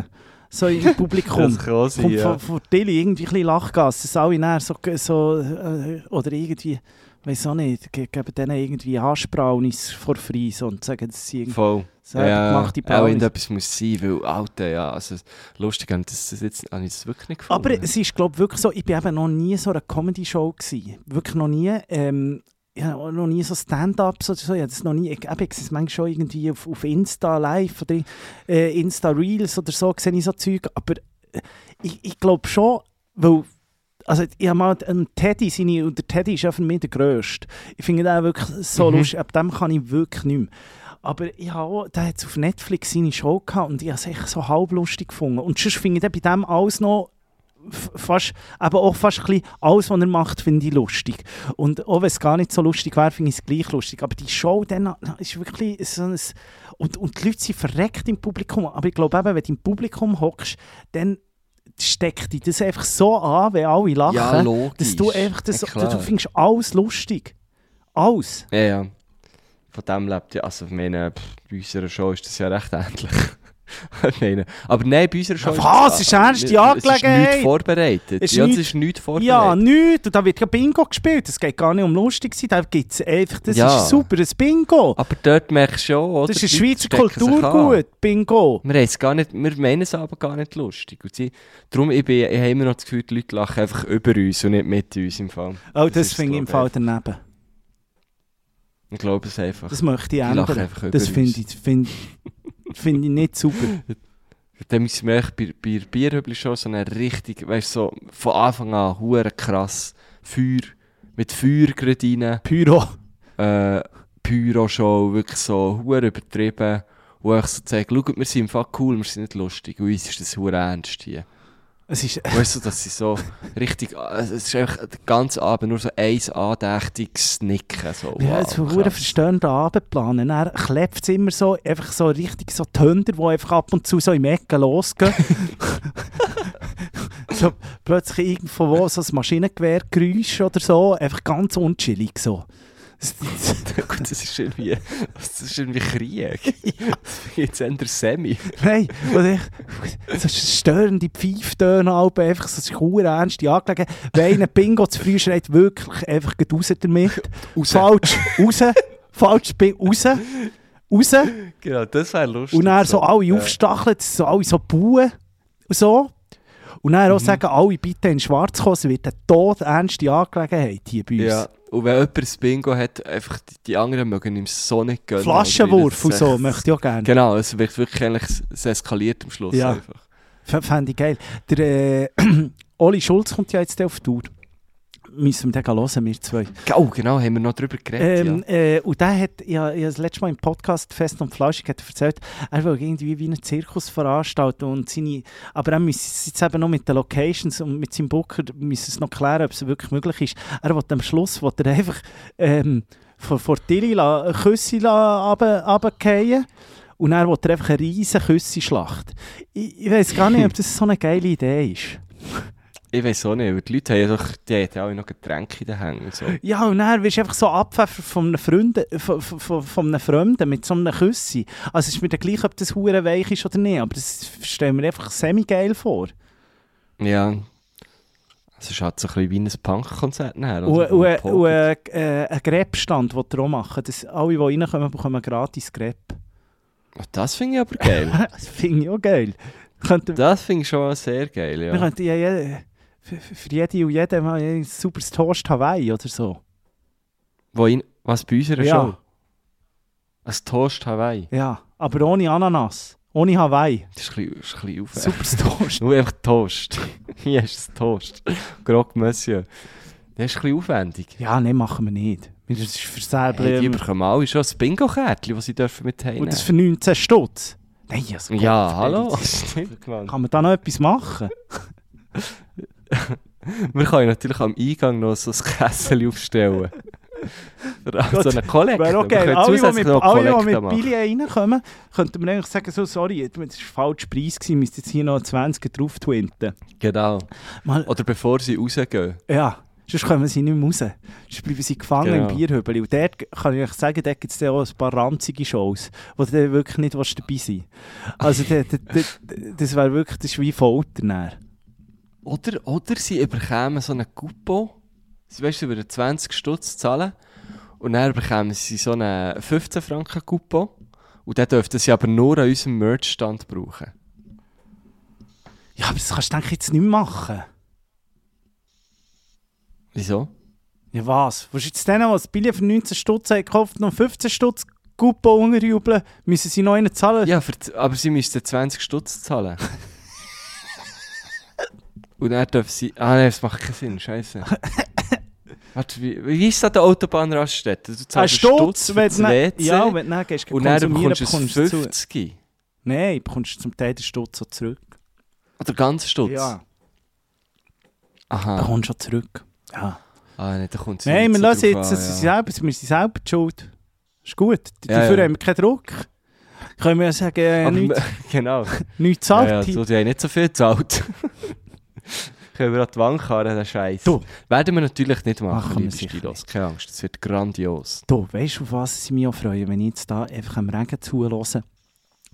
S3: So im Publikum.
S2: Das kann auch sein,
S3: Kommt
S2: ja.
S3: von, von Tilly irgendwie ein bisschen Lachgas, dass alle näher so, so äh, oder irgendwie, weiß auch nicht, ge- geben denen irgendwie Haarsprawnis vor Fries und sagen, dass sie irgendwie
S2: Voll. Ja,
S3: selber gemachte
S2: auch
S3: Brownies.
S2: irgendetwas muss sein, weil, Alter, ja, also lustig, habe ich das, das jetzt, habe ich das wirklich nicht gefunden.
S3: Aber es ist, glaube ich, wirklich so, ich bin eben noch nie so eine Comedy-Show gewesen. Wirklich noch nie. Ähm, ich habe noch nie so Stand-Ups oder so. Ich habe das noch nie, ich, eben, ich sehe es manchmal schon irgendwie auf, auf Insta Live oder äh, Insta Reels oder so, sehe ich so Zeug. Aber äh, ich, ich glaube schon, weil, also ich habe mal einen Teddy, seine, und der Teddy ist ja für mich der Grösste. Ich finde den auch wirklich so
S2: Mhm.
S3: lustig. Ab dem kann ich wirklich nicht mehr. Aber ich habe auch, der hat auf Netflix seine Show gehabt und ich habe es echt so halblustig gefunden. Und sonst finde ich dann bei dem alles noch f- fast, aber auch fast ein bisschen alles, was er macht, finde ich lustig. Und auch wenn es gar nicht so lustig wäre, finde ich es gleich lustig. Aber die Show dann ist wirklich so ein... Und, und die Leute sind verreckt im Publikum. Aber ich glaube eben, wenn du im Publikum hockst, dann steckt dich das einfach so an, wenn alle lachen,
S2: ja, logisch.
S3: dass du einfach das...
S2: ja, klar.
S3: du findest alles lustig. Alles.
S2: ja, ja. Von dem lebt ja, also ich meine, pff, bei unserer Show ist das ja dus recht ähnlich. ich meine, aber nein, bei unserer Show
S3: Was? Ist ernst dus die
S2: Es ist
S3: Angelegenheit?
S2: nichts vorbereitet.
S3: Ist
S2: ja, es
S3: nichts-
S2: ist nichts vorbereitet.
S3: Ja, nichts. Und da wird ja Bingo gespielt. Es geht gar nicht um lustig sein. Da gibt es einfach... Das
S2: Ja.
S3: ist ein superes Bingo.
S2: Aber dort merkst du schon, oder?
S3: Das ist ein
S2: Die Leute
S3: Schweizer
S2: stecken sich an.
S3: Kulturgut, Bingo. Oh,
S2: Wir, haben es gar nicht, wir meinen es aber gar nicht lustig. Und sie, darum ich bin, ich habe immer noch das Gefühl, die Leute lachen einfach über uns und nicht mit uns im Fall.
S3: Oh, das,
S2: ist,
S3: finde ich im Fall
S2: glaube
S3: daneben.
S2: Ich, ich glaube es einfach.
S3: Das möchte
S2: Die
S3: ich
S2: lachen
S3: ändern.
S2: einfach über
S3: Das
S2: uns.
S3: finde ich, find, find ich nicht super.
S2: Dann müssen wir echt bei, bei der Bierhübli schon so eine richtig, weißt du, so von Anfang an, hure krass, Feuer, mit Feuer gerade rein,
S3: Pyro.
S2: äh, Pyro-Show, wirklich so hure übertrieben, wo ich so zeige, schaut, wir sind im Fall cool, wir sind nicht lustig, und uns ist das hure ernst hier.
S3: Es ist,
S2: Weißt du, dass sie so richtig, äh, es ist einfach den ganzen Abend nur so ein andächtiges Nicken, so,
S3: wir haben
S2: wow,
S3: jetzt für einen
S2: krass.
S3: verstörenden Abendplan. Und Er klebt es immer so, einfach so richtig so Tönder, die einfach ab und zu so im Ecken losgehen. so plötzlich irgendwo wo so ein Maschinengewehrgeräusch oder so. Einfach ganz unchillig so.
S2: Gut, das ist irgendwie, das ist irgendwie Krieg. Das ist jetzt eher Semi.
S3: Nein, und ich, so störende Pfeiftöne, Alben, einfach so eine ernste Angelegenheit. Wenn einer Bingo zu früh schreit, wirklich einfach geht raus damit.
S2: Raus.
S3: Falsch, raus, falsch, bin raus, raus.
S2: Genau, das wäre lustig.
S3: Und dann so alle
S2: Ja.
S3: aufstacheln, so alle so buhen und so. Und dann
S2: Mhm.
S3: auch sagen, alle bitte in schwarz kommen, es wird eine todernste Angelegenheit hier bei uns.
S2: Ja, genau, und wenn jemand ein Bingo hat, einfach die, die anderen mögen ihm so nicht gönnen.
S3: Flaschenwurf und
S2: oder wie das
S3: so,
S2: echt-
S3: möchte ich auch gerne.
S2: Genau, es wird wirklich eigentlich, es eskaliert am Schluss
S3: Ja.
S2: einfach.
S3: F- Fände ich geil. Der äh, Oli Schulz kommt ja jetzt auf die Tour. Müssen wir den hören, wir zwei.
S2: Oh, genau, haben wir noch drüber geredet,
S3: Ähm, äh, und der hat, ich, ha- ich ha das letzte Mal im Podcast Fest und Flauschig hat er erzählt, er will irgendwie wie einen Zirkus veranstalten und seine, aber er müsse es jetzt eben noch mit den Locations und mit seinem Booker müssen es noch klären, ob es wirklich möglich ist. Er will am Schluss, will er einfach ähm, vor, vor Tilly la- Küsse la- runter- runterfallen und dann will er einfach eine riesige Küsse-Schlacht. Ich, ich weiß gar nicht, ob das so eine geile Idee ist.
S2: Ich weiß auch nicht, aber die Leute haben ja doch, die haben ja alle noch Getränke in den Händen und so.
S3: Ja, und dann wirst du einfach so abpfeffert von einem, Freund, von, von, von einem Fremden mit so einem Küssi. Also es ist mir dann gleich, ob das hure weich ist oder nicht, aber das stellen wir einfach semi-geil vor.
S2: Ja. Es ist halt so ein bisschen wie ein Punk-Konzert nachher.
S3: Und,
S2: oder?
S3: und,
S2: Also, Wo Pop-
S3: und äh, äh, ein Grabstand, den wir auch machen. Dass alle, die reinkommen, bekommen gratis Grab.
S2: Oh, Das finde ich aber geil.
S3: Das finde ich auch geil. Könnten,
S2: Das finde ich schon sehr geil,
S3: Wir
S2: ja.
S3: könnten ja, jede- für, für für jede und jeden mal ein super Toast Hawaii oder so.
S2: Wo in, was bei unserer
S3: Ja.
S2: Show? Ein Toast Hawaii.
S3: Ja, aber ohne Ananas. Ohne Hawaii.
S2: Das ist ein bisschen, ist ein bisschen aufwendig.
S3: Super Toast.
S2: Nur einfach Toast. Hier ist ein Toast. Grog Monsieur. Das ist ein bisschen aufwendig.
S3: ja, nein, machen wir nicht. Wir- Das ist für selber.
S2: Hey, die
S3: ähm,
S2: bekommen alle schon das Bingo-Kärtchen, das sie dürfen mit
S3: und
S2: heimnehmen
S3: das für 19 Stutz. Nein, also, Gott,
S2: Genau. Ja,
S3: verdammt.
S2: hallo. Stimmt, Mann.
S3: Kann man da noch etwas machen?
S2: Wir können natürlich am Eingang noch so ein Kessel aufstellen. Für
S3: Gott,
S2: so eine Kollekte.
S3: Wäre auch
S2: Wir
S3: geil.
S2: können
S3: Alle, die
S2: zusätzlich
S3: mit,
S2: noch
S3: alle, die
S2: Kollekte
S3: mit
S2: machen.
S3: Billy reinkommen, könnten wir eigentlich sagen: so, Sorry, das war falsch Preis, gewesen, müsst jetzt hier noch 20 drauf twinten.
S2: Genau.
S3: Mal,
S2: Oder bevor sie rausgehen.
S3: Ja, sonst kommen sie nicht mehr raus. Sonst bleiben sie gefangen
S2: Genau.
S3: im Bierhübel. Und dort kann ich euch sagen, dort gibt es auch ein paar ranzige Shows, wo du dann wirklich nicht willst dabei sein willst. Also da- da- da- das wäre wirklich das ist wie Folter. dann.
S2: Oder, oder sie überkämen so einen Coupon. Sie weißt, sie würden 20 Stutz zahlen. Und dann bekommen sie so einen 15 Franken Coupon. Und den dürften sie aber nur an unserem Merch-Stand brauchen.
S3: Ja, aber das kannst du denke ich, jetzt nicht mehr machen.
S2: Wieso?
S3: Ja was? Willst du jetzt denen, die das Billett für 19 Stutz haben gekauft noch 15 Stutz Coupon unterjubeln, müssen sie noch einen zahlen?
S2: Ja, für, z- aber sie müssten 20 Stutz zahlen. Und dann dürfen sie. Ah, nein, das macht keinen Sinn, Scheiße. Warte, wie, wie ist das an der Autobahnraststätte? Du
S3: Ein
S2: zahlst
S3: Stutz,
S2: für
S3: wenn
S2: das
S3: du ne-
S2: WC
S3: ja, wenn du dann gehst,
S2: und dann
S3: konsumieren,
S2: bekommst du ein
S3: bekommst du zu-
S2: 50.
S3: Nein, bekommst du zum Teil den Stutz auch zurück.
S2: Oder ganz Stutz. Ah.
S3: Ja,
S2: Aha.
S3: bekommst du auch zurück. Ja.
S2: Ah, nein, da kommt
S3: Nein, wir lassen jetzt, es ist
S2: es ah, ja.
S3: selber, wir sind selber die schuld. Ist gut, D-
S2: Ja,
S3: dafür
S2: ja.
S3: haben wir keinen Druck. Können wir ja sagen, äh,
S2: Aber
S3: nichts,
S2: wir- genau.
S3: nichts
S2: Ja,
S3: zahlt.
S2: ja, so, die haben nicht so viel gezahlt. Können wir an die Wand karren, den Scheiß.
S3: Du.
S2: Werden wir natürlich nicht machen,
S3: Machen
S2: machen
S3: wir
S2: liebe
S3: sicher
S2: Stilos. Keine Angst, es wird grandios.
S3: Du, weißt du, auf was ich mich auch freue, wenn ich jetzt da einfach am Regen zuhöre?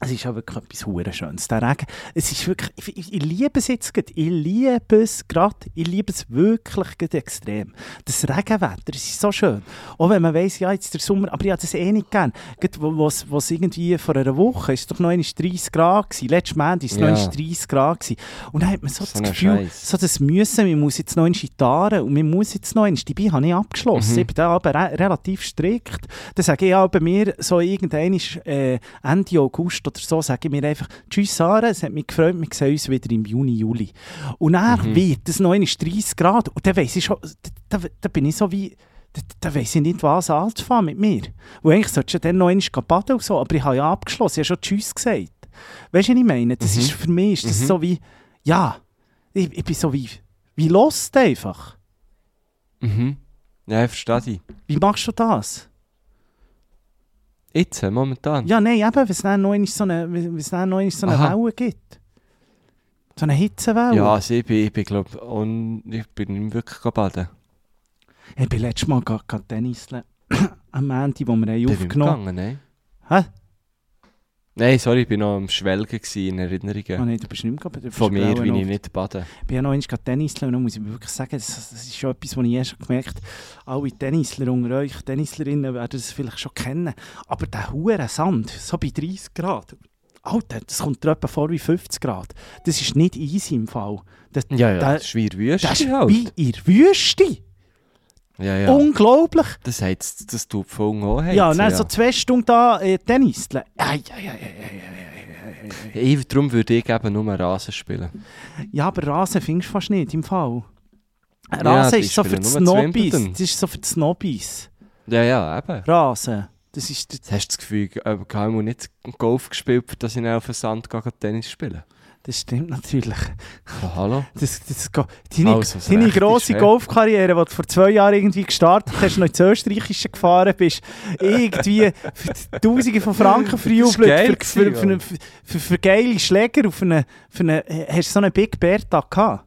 S3: Es ist ja wirklich etwas hure Schönes, der Regen. Es ist wirklich, ich, ich, ich liebe es jetzt gerade, ich liebe es gerade, ich liebe es wirklich gerade extrem. Das Regenwetter, es ist so schön. Auch wenn man weiss, ja, jetzt der Sommer, aber ich habe das eh nicht gern. Gerade wo- Was was irgendwie vor einer Woche, ist doch noch einmal 30 Grad gewesen. Letztes Mal war es noch
S2: Ja.
S3: einmal 30 Grad gewesen. Und dann hat man so,
S2: So
S3: das
S2: ein
S3: Gefühl,
S2: Scheiß.
S3: so das Müssen, man muss jetzt noch in Gitarre und man muss jetzt noch in Dabei habe ich abgeschlossen.
S2: Mhm.
S3: Ich bin da aber re relativ strikt. Dann sage ich auch bei mir, so irgendwann ist, äh, Ende August oder so, sage ich mir einfach, tschüss Sarah, es hat mich gefreut, wir sehen uns wieder im Juni, Juli. Und dann
S2: Mhm.
S3: wird es noch einmal 30 Grad und dann weiss ich schon, da, da, da bin ich so wie... Da, da weiss ich nicht, was anzufangen mit mir. Und eigentlich solltest du dann noch einmal baden und so, aber ich habe ja abgeschlossen, ich habe schon Tschüss gesagt. Weißt du, was ich meine?
S2: Mhm.
S3: Das ist für mich ist das so wie, ja, ich, ich bin so wie, wie lost einfach.
S2: Mhm. Ja, ich verstehe dich.
S3: Wie machst du das?
S2: Jetzt, äh, momentan.
S3: Ja, nein, eben, wenn es dann noch einmal so eine, wenn es dann noch einmal so eine
S2: Aha.
S3: Welle gibt. So eine Hitzewelle.
S2: Ja, also ich bin, ich bin glaub, und ich bin nicht mehr wirklich gebaden.
S3: Ich bin letztes Mal gerade gerade Tennis le- am Ende, wo wir haben
S2: Bin ich
S3: aufgenommen
S2: gegangen, nein.
S3: haben.
S2: Nein, sorry, ich war noch am Schwelgen gewesen, in Erinnerungen.
S3: Oh nein, du bist nicht mehr gegangen, du bist
S2: Von mir,
S3: blauen
S2: wie ich
S3: Augen.
S2: nicht bade.
S3: Ich bin ja noch einmal gerade Tennisler und da muss ich wirklich sagen, das, das ist schon etwas, was ich erst gemerkt habe. Alle Tennisler unter euch, Tennislerinnen werden das vielleicht schon kennen. Aber der hure Sand, so bei 30 Grad, Alter, das kommt dir etwa vor wie 50 Grad. Das ist nicht easy im Fall. Das,
S2: Ja, ja,
S3: Der-
S2: das ist wie in der Wüste
S3: das ist
S2: halt.
S3: wie in der Wüste.
S2: Ja, ja.
S3: Unglaublich.
S2: Das heißt, das tut voll auch
S3: ja, und
S2: heizen,
S3: dann so zwei Stunden da äh, Tennisler. Ei, ei, ei, ei.
S2: Ich, darum würde ich eben nur Rasen spielen.
S3: Ja, aber Rasen findest du fast nicht im Fall. Rasen
S2: die
S3: ist so für
S2: spielen
S3: die
S2: nur zu
S3: Snobbies.
S2: Wimbledon.
S3: Das ist so für die Snobbies.
S2: Ja, ja, eben.
S3: Rasen. Das ist
S2: Jetzt hast du das Gefühl, ich habe gar nicht Golf gespielt, für das ich dann auf den Sand gehe, und Tennis spielen
S3: Das stimmt natürlich.
S2: Ja, hallo?
S3: Das, das, go- deine
S2: Alles, was
S3: deine
S2: recht
S3: grosse
S2: ist, hä?
S3: Golfkarriere, die du vor zwei Jahren irgendwie gestartet hast, noch ins Österreichische gefahren bist, irgendwie für Tausende von Franken
S2: geil
S3: verjubelt für, für,
S2: gewesen,
S3: für,
S2: Mann.
S3: für, äh, für, für geile Schläger auf einen, für einen, hast du so einen Big Bertha gehabt?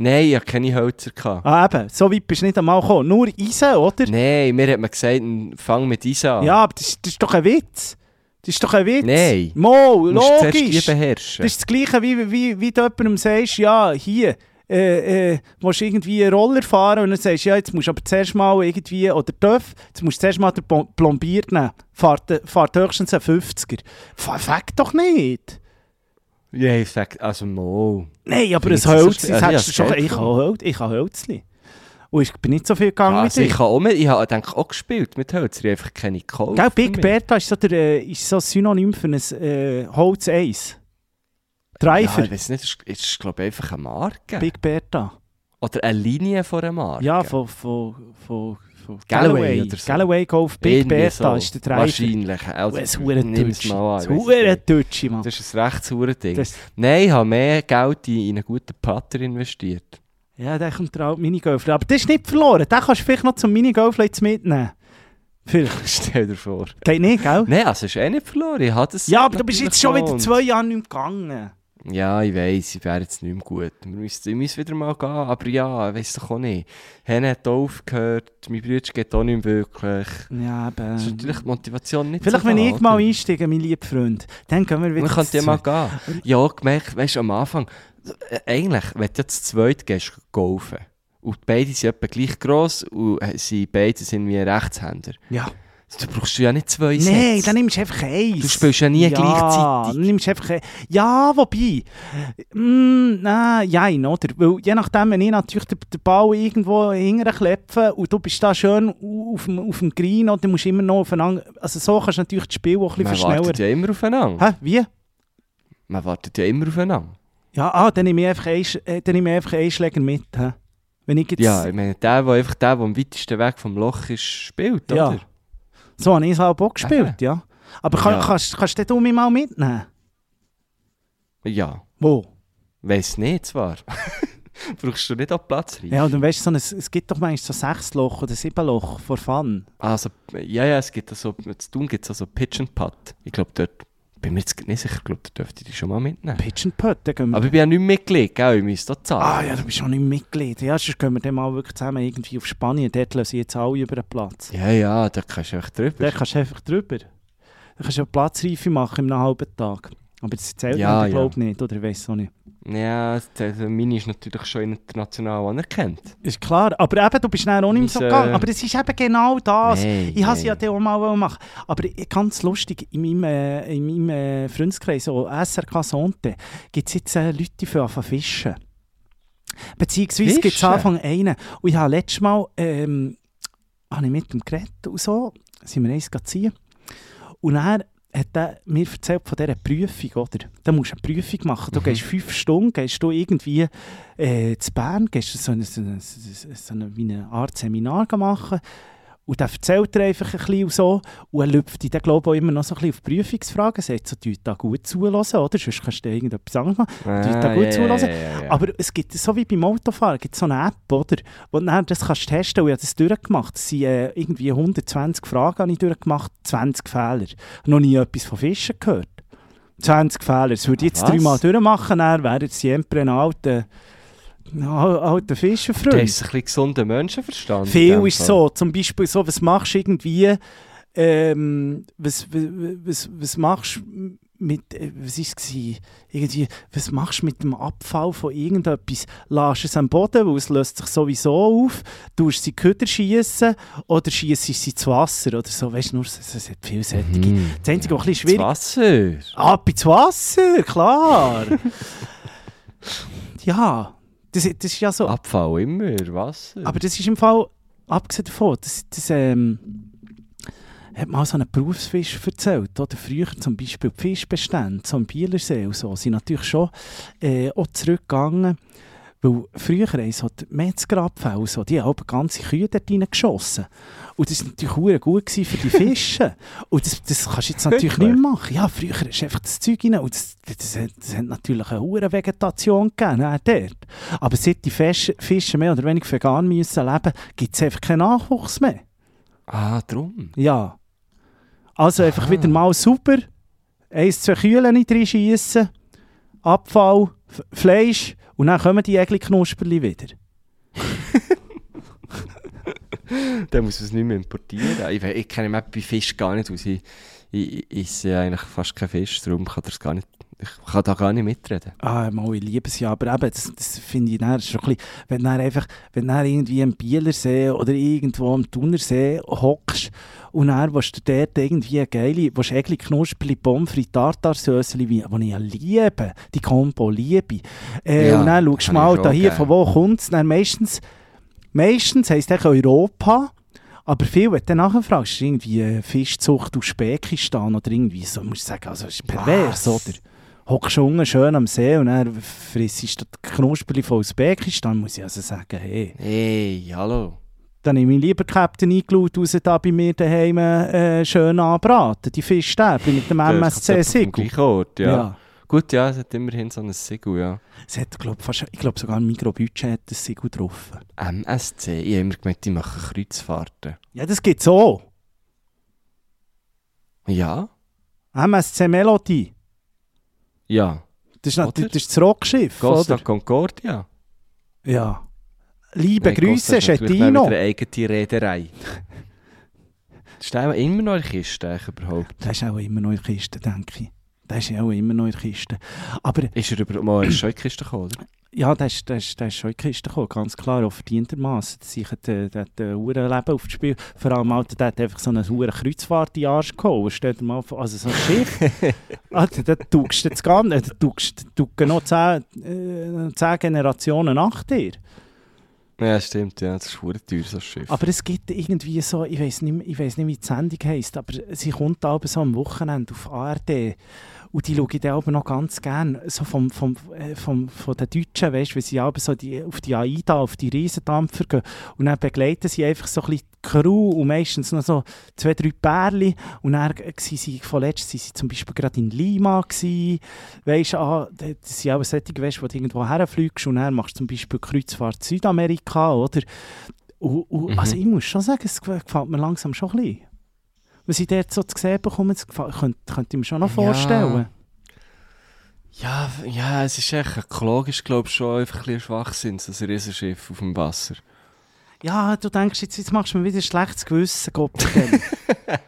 S2: Nein, ich hatte keine Hölzer. Gehabt.
S3: Ah, eben, so weit bist du nicht einmal gekommen. Nur Eisen, oder?
S2: Nein, mir hat man gesagt, fang mit Eisen an.
S3: Ja, aber das, das ist doch ein Witz. Das ist doch ein Witz.
S2: Nein.
S3: Mo,
S2: Du musst zuerst
S3: logisch.
S2: die
S3: Das
S2: beherrschen.
S3: ist das Gleiche, wie, wie, wie du jemandem sagst, ja, hier, äh, äh, willst du irgendwie einen Roller fahren und dann sagst, ja, jetzt musst du aber zuerst mal irgendwie, oder darf, jetzt musst du zuerst mal den Pom- Plombier nehmen. Fahrt, äh, fahrt höchstens einen 50er. F- Fakt doch nicht.
S2: Ja, ich sag, also mal.
S3: Nein, aber ein
S2: Findest du das
S3: Hölzli,
S2: so-
S3: das
S2: Ja,
S3: hättest du
S2: ja,
S3: schon,
S2: das
S3: ich
S2: geht.
S3: habe Hölz- ich habe Hölzli. Und ich bin nicht so viel gegangen
S2: Ja,
S3: mit
S2: also ich
S3: dir.
S2: habe auch, mit- ich habe denke, auch gespielt mit Hölzer. Ich habe einfach keine gekauft.
S3: Gell,
S2: für
S3: Big
S2: mich.
S3: Bertha ist so, der, äh, ist so Synonym für ein äh,
S2: Ja,
S3: Holzeis. Driver,
S2: ich weiß nicht, es ist, es ist glaube ich, einfach eine Marke.
S3: Big Bertha.
S2: Oder eine Linie von einer Marke.
S3: Ja, von, von, von, von
S2: Galloway
S3: Galloway.
S2: oder so.
S3: Galloway kauft Big
S2: Irgendwie
S3: Bertha,
S2: so.
S3: ist der Driver.
S2: Wahrscheinlich. Also,
S3: Das ist ein
S2: nimm es
S3: Deutschi.
S2: mal an,
S3: Das
S2: ich weiss es nicht.
S3: Deutschi, Mann.
S2: Das ist ein recht sauren Ding.
S3: Das,
S2: Nein, ich habe mehr Geld in in einen guten Putter investiert.
S3: ja, der kommt der alte Minigolfler. Aber das ist nicht verloren. Den kannst du vielleicht noch zum Minigolfler jetzt mitnehmen. Vielleicht.
S2: Stell dir vor.
S3: Geht nicht, gell?
S2: Nein, also es ist eh nicht verloren. Ich habe das
S3: Ja, aber du bist
S2: natürlich
S3: jetzt schon wieder
S2: gelohnt.
S3: zwei Jahre nicht mehr gegangen.
S2: Ja, ich weiss, ich wäre jetzt nicht mehr gut. Wir müssen, ich muss wieder mal gehen, aber ja, ich weiss doch auch nicht. Henne hat aufgehört, mein Bruder geht auch nicht mehr wirklich.
S3: Ja,
S2: Das ist
S3: eben.
S2: natürlich die Motivation nicht
S3: Ähm, Vielleicht,
S2: so
S3: wenn
S2: da,
S3: ich mal
S2: oder?
S3: einsteige, mein lieber Freund, dann gehen wir wieder.
S2: Man könnte ja
S3: zu-
S2: mal gehen. Ja, gemerkt, weißt du, am Anfang, äh, eigentlich, wenn du jetzt zu zweit gehst, golfen. Und beide sind etwa gleich gross und äh, sie beide sind wie Rechtshänder.
S3: Ja.
S2: Du brauchst ja nicht zwei
S3: Nein,
S2: Sätze.
S3: dann nimmst du einfach eins.
S2: Du spielst ja nie gleichzeitig.
S3: Dann nimmst du einfach ein- ja, wobei. Mm, nein, jein, oder? Weil je nachdem, wenn ich natürlich den, den Ball irgendwo hinterklepfe und du bist da schön au- auf dem, auf dem Green oder musst immer noch aufeinander. Also so kannst du natürlich das Spiel auch ein bisschen
S2: Man wartet
S3: verschnellern.
S2: ja immer aufeinander.
S3: Hä? Wie?
S2: Man wartet ja immer aufeinander.
S3: Ja, ah, dann nehme ich einfach einen, Sch- äh, dann nehme ich einfach einen Schläger mit. Hä? Wenn ich jetzt.
S2: Ja, ich meine, der, der einfach der, der am weitesten Weg vom Loch ist, spielt,
S3: Ja.
S2: oder?
S3: So habe ich es halt auch gespielt, ja. Ah, Aber kann,
S2: Ah, Ja.
S3: kannst, kannst du mich mal mitnehmen?
S2: Ja.
S3: Wo?
S2: Weiss nicht zwar. Brauchst du nicht an Platz rein.
S3: Ja, und dann weißt du, so ein, es gibt doch manchmal so sechs Loch oder sieben Loch vor Fun.
S2: Also, ja, ja, es gibt also, zu tun gibt es also Pitch and Putt. Ich glaube, dort bin mir jetzt nicht sicher, ich glaube, da dürfte ich die schon mal mitnehmen.
S3: Pitch and Putt, dann gehen wir
S2: Aber ich bin ja nicht Mitglied, gell? Ich müsste da zahlen.
S3: Ah ja, du bist auch nicht Mitglied. Ja, sonst gehen wir dann mal wirklich zusammen irgendwie auf Spanien. Dort lassen sie jetzt alle über den Platz.
S2: ja, ja, da kannst du einfach drüber.
S3: Da kannst du einfach drüber. Da kannst du ja Platzreife machen im halben Tag. Aber das zählt
S2: Ja,
S3: ja, ich
S2: ja.
S3: glaube nicht, oder? Ich weiß auch nicht.
S2: Ja, der, der Mini ist natürlich schon international anerkannt.
S3: Ist klar. Aber eben, du bist dann auch nicht mehr so
S2: Mein, äh,
S3: gegangen. Aber das ist eben genau das.
S2: Nein,
S3: ich habe es
S2: nein.
S3: ja dann auch mal wollen machen. Aber ich- ganz lustig, in meinem, äh, in meinem äh, Freundeskreis, so SRK Sonte, gibt es jetzt äh, Leute, die fangen an fischen. Beziehungsweise
S2: Fischen?
S3: gibt es Anfang einen. Und ich habe letztes Mal ähm, habe ich mit dem geredet und so, sind wir eins ziehen. Und er hat er mir erzählt von dieser Prüfung, oder? Da musst du eine Prüfung machen. Du gehst fünf Stunden, gehst du irgendwie äh, zu Bern, gehst du so eine, so eine, so eine, wie eine Art Seminar machen. Und dann erzählt er einfach ein bisschen und so. Und er lüpft dich dann, glaube ich, auch immer noch so ein bisschen auf Prüfungsfragen. Sagt so, du da gut zuhören, oder? Sonst kannst du irgendetwas anderes machen.
S2: Ah,
S3: Du da gut zuhören.
S2: ja, ja.
S3: Aber es gibt, so wie beim Autofahren, gibt so eine App, oder? Wo du dann das kannst testen und ich habe das durchgemacht. Es sind äh, irgendwie 120 Fragen habe ich durchgemacht, 20 Fehler. Noch nie etwas von Fischen gehört. 20 Fehler. Das würde ich jetzt
S2: Was?
S3: dreimal durchmachen, dann wäre jetzt siempre ein alter, ein al- alter Fischerfreund.
S2: Du hast ein bisschen gesunden Menschenverstand. in
S3: Viel
S2: dem
S3: ist
S2: Fall.
S3: so, zum Beispiel so, was machst du irgendwie, ähm, was, was, was, was machst du mit, äh, was ist es irgendwie, was machst du mit dem Abfall von irgendetwas? Lass es am Boden, weil es löst sich sowieso auf, tust sie in Köder schießen oder schießt sie ins Wasser oder so, weißt du, nur, es, es hat viel solche.
S2: Mhm.
S3: Das Einzige, was ein bisschen
S2: Das
S3: schwierig
S2: Wasser.
S3: Ab ins Wasser, klar! ja, das, das ist ja so
S2: Abfall immer, Wasser.
S3: aber das ist im Fall, abgesehen davon, das, das ähm, hat mal so ein Berufsfisch erzählt. Oder früher zum Beispiel die Fischbestände, so im Bielersee und so, sind natürlich schon äh, auch zurückgegangen. Weil früher haben so die Metzgerabfälle, und so, die haben auch ganze Kühe dort reingeschossen. Und das war natürlich hure gut gewesen für die Fische. und das, das kannst du jetzt natürlich nicht
S2: Wirklich?
S3: mehr machen. Ja, früher ist einfach das Zeug rein und das, das, hat- das hat natürlich eine hure Vegetation gegeben auch dort. Aber seit die Fische, Fische mehr oder weniger vegan müssen leben, gibt es einfach keinen Nachwuchs mehr.
S2: ah, drum.
S3: Ja. Also einfach
S2: Aha.
S3: wieder mal super. Eins, zwei Kühlen nicht reinschiessen. Abfall, F Fleisch und dann kommen die Egli-Knusperli wieder.
S2: Dann muss man es nicht mehr importieren. Ich, we- ich kenne mich bei Fisch gar nicht aus. Ich, ich, ich esse ja eigentlich fast keinen Fisch, darum kann das gar nicht, ich kann da gar nicht mitreden.
S3: Ah, mal, ich liebe es ja, aber eben, das, das finde ich dann schon ein bisschen, wenn du dann einfach, wenn du dann irgendwie am Bielersee oder irgendwo am Thunersee hockst und dann willst du dort irgendwie eine geile, willst du eigentlich Knusperli, Pommes frites, Tartarsösli, wie, die ich ja liebe, die Kombo liebe. Äh,
S2: Ja,
S3: und dann schaust du
S2: kann
S3: mal,
S2: ich
S3: da
S2: schon
S3: hier,
S2: geben.
S3: von wo kommt es, dann meistens, meistens heisst es Europa, aber viel, wenn du dann nachfragst, ist irgendwie äh, Fischzucht aus Usbekistan oder irgendwie so, musst du sagen, also es ist pervers,
S2: Was?
S3: oder? Hockst du unten schön am See und dann frissest du die Knusperli von Usbekistan, muss ich also sagen, hey.
S2: Hey, hallo.
S3: Dann habe ich meinen lieber Captain eingeladen, raus da bei mir daheim äh, schön anbraten, die Fischstäbchen mit dem
S2: Am
S3: MSC-Siegel.
S2: gleichen Ort, ja. Gut, ja, es hat immerhin so ein Siegel, ja.
S3: Es hat, glaub, fast, ich glaube, sogar ein Mikrobudget hat das Siegel drauf.
S2: MSC, ich habe immer gemeint, die machen Kreuzfahrten.
S3: Ja, das gibt es auch.
S2: Ja?
S3: MSC-Melodie.
S2: Ja.
S3: Das ist
S2: Oder?
S3: natürlich das, ist das Rockschiff,
S2: Costa
S3: oder?
S2: Concordia.
S3: Ja. Liebe
S2: Nein, Costa
S3: Grüße,
S2: ist natürlich dann
S3: Schettino.
S2: wieder eine eigene Reederei. Stehen wir immer noch in der Kiste eigentlich überhaupt?
S3: Der ist auch immer noch in der Kiste, denke ich. Der ist auch immer noch in der Kiste. Aber
S2: Ist er über mal in die Kiste gekommen, oder?
S3: ja, der ist, der ist, der ist schon in die Kiste gekommen, ganz klar, auch verdientermassen. Das sicher der der hat ein Hurenleben aufs Spiel. Vor allem, Alter, der hat einfach so eine hure Kreuzfahrt in den Arsch geholt. Stell dir mal vor, also so ein Schiff. Alter, da tugst du jetzt gar nicht. Da tugst du tugst noch zehn, äh, zehn Generationen nach dir.
S2: Ja, stimmt, ja. Das ist verdammt teuer, so ein Schiff.
S3: Aber es gibt irgendwie so, ich weiß nicht, mehr- ich weiss nicht wie die Sendung heisst, aber sie kommt da so am Wochenende auf ARD. Und die schaue ich dann aber noch ganz gern. So vom, vom, äh, vom, von den Deutschen, weißt du, weil sie aber so die, auf die AIDA, auf die Riesendampfer gehen. Und dann begleiten sie einfach so ein bisschen die Crew und meistens noch so zwei, drei Pärchen. Und dann äh, sie, sie, vorletzt waren sie zum Beispiel gerade in Lima. Gewesen. Weißt du, ah, das sind auch solche, weißt, du, wo du irgendwo herfliegst und dann machst du zum Beispiel Kreuzfahrt Südamerika, oder? Und, und, Also ich muss schon sagen, es gef- gefällt mir langsam schon ein bisschen. Was ich dort so zu sehen bekomme, das gefällt, könnte, könnte ich mir schon noch
S2: Ja.
S3: vorstellen.
S2: Ja, ja, es ist echt ökologisch, glaube ich, schon einfach ein bisschen Schwachsinn, so ein Riesenschiff auf dem Wasser.
S3: Ja, du denkst, jetzt, jetzt machst du mir wieder ein schlechtes Gewissen, Gott. verdammt.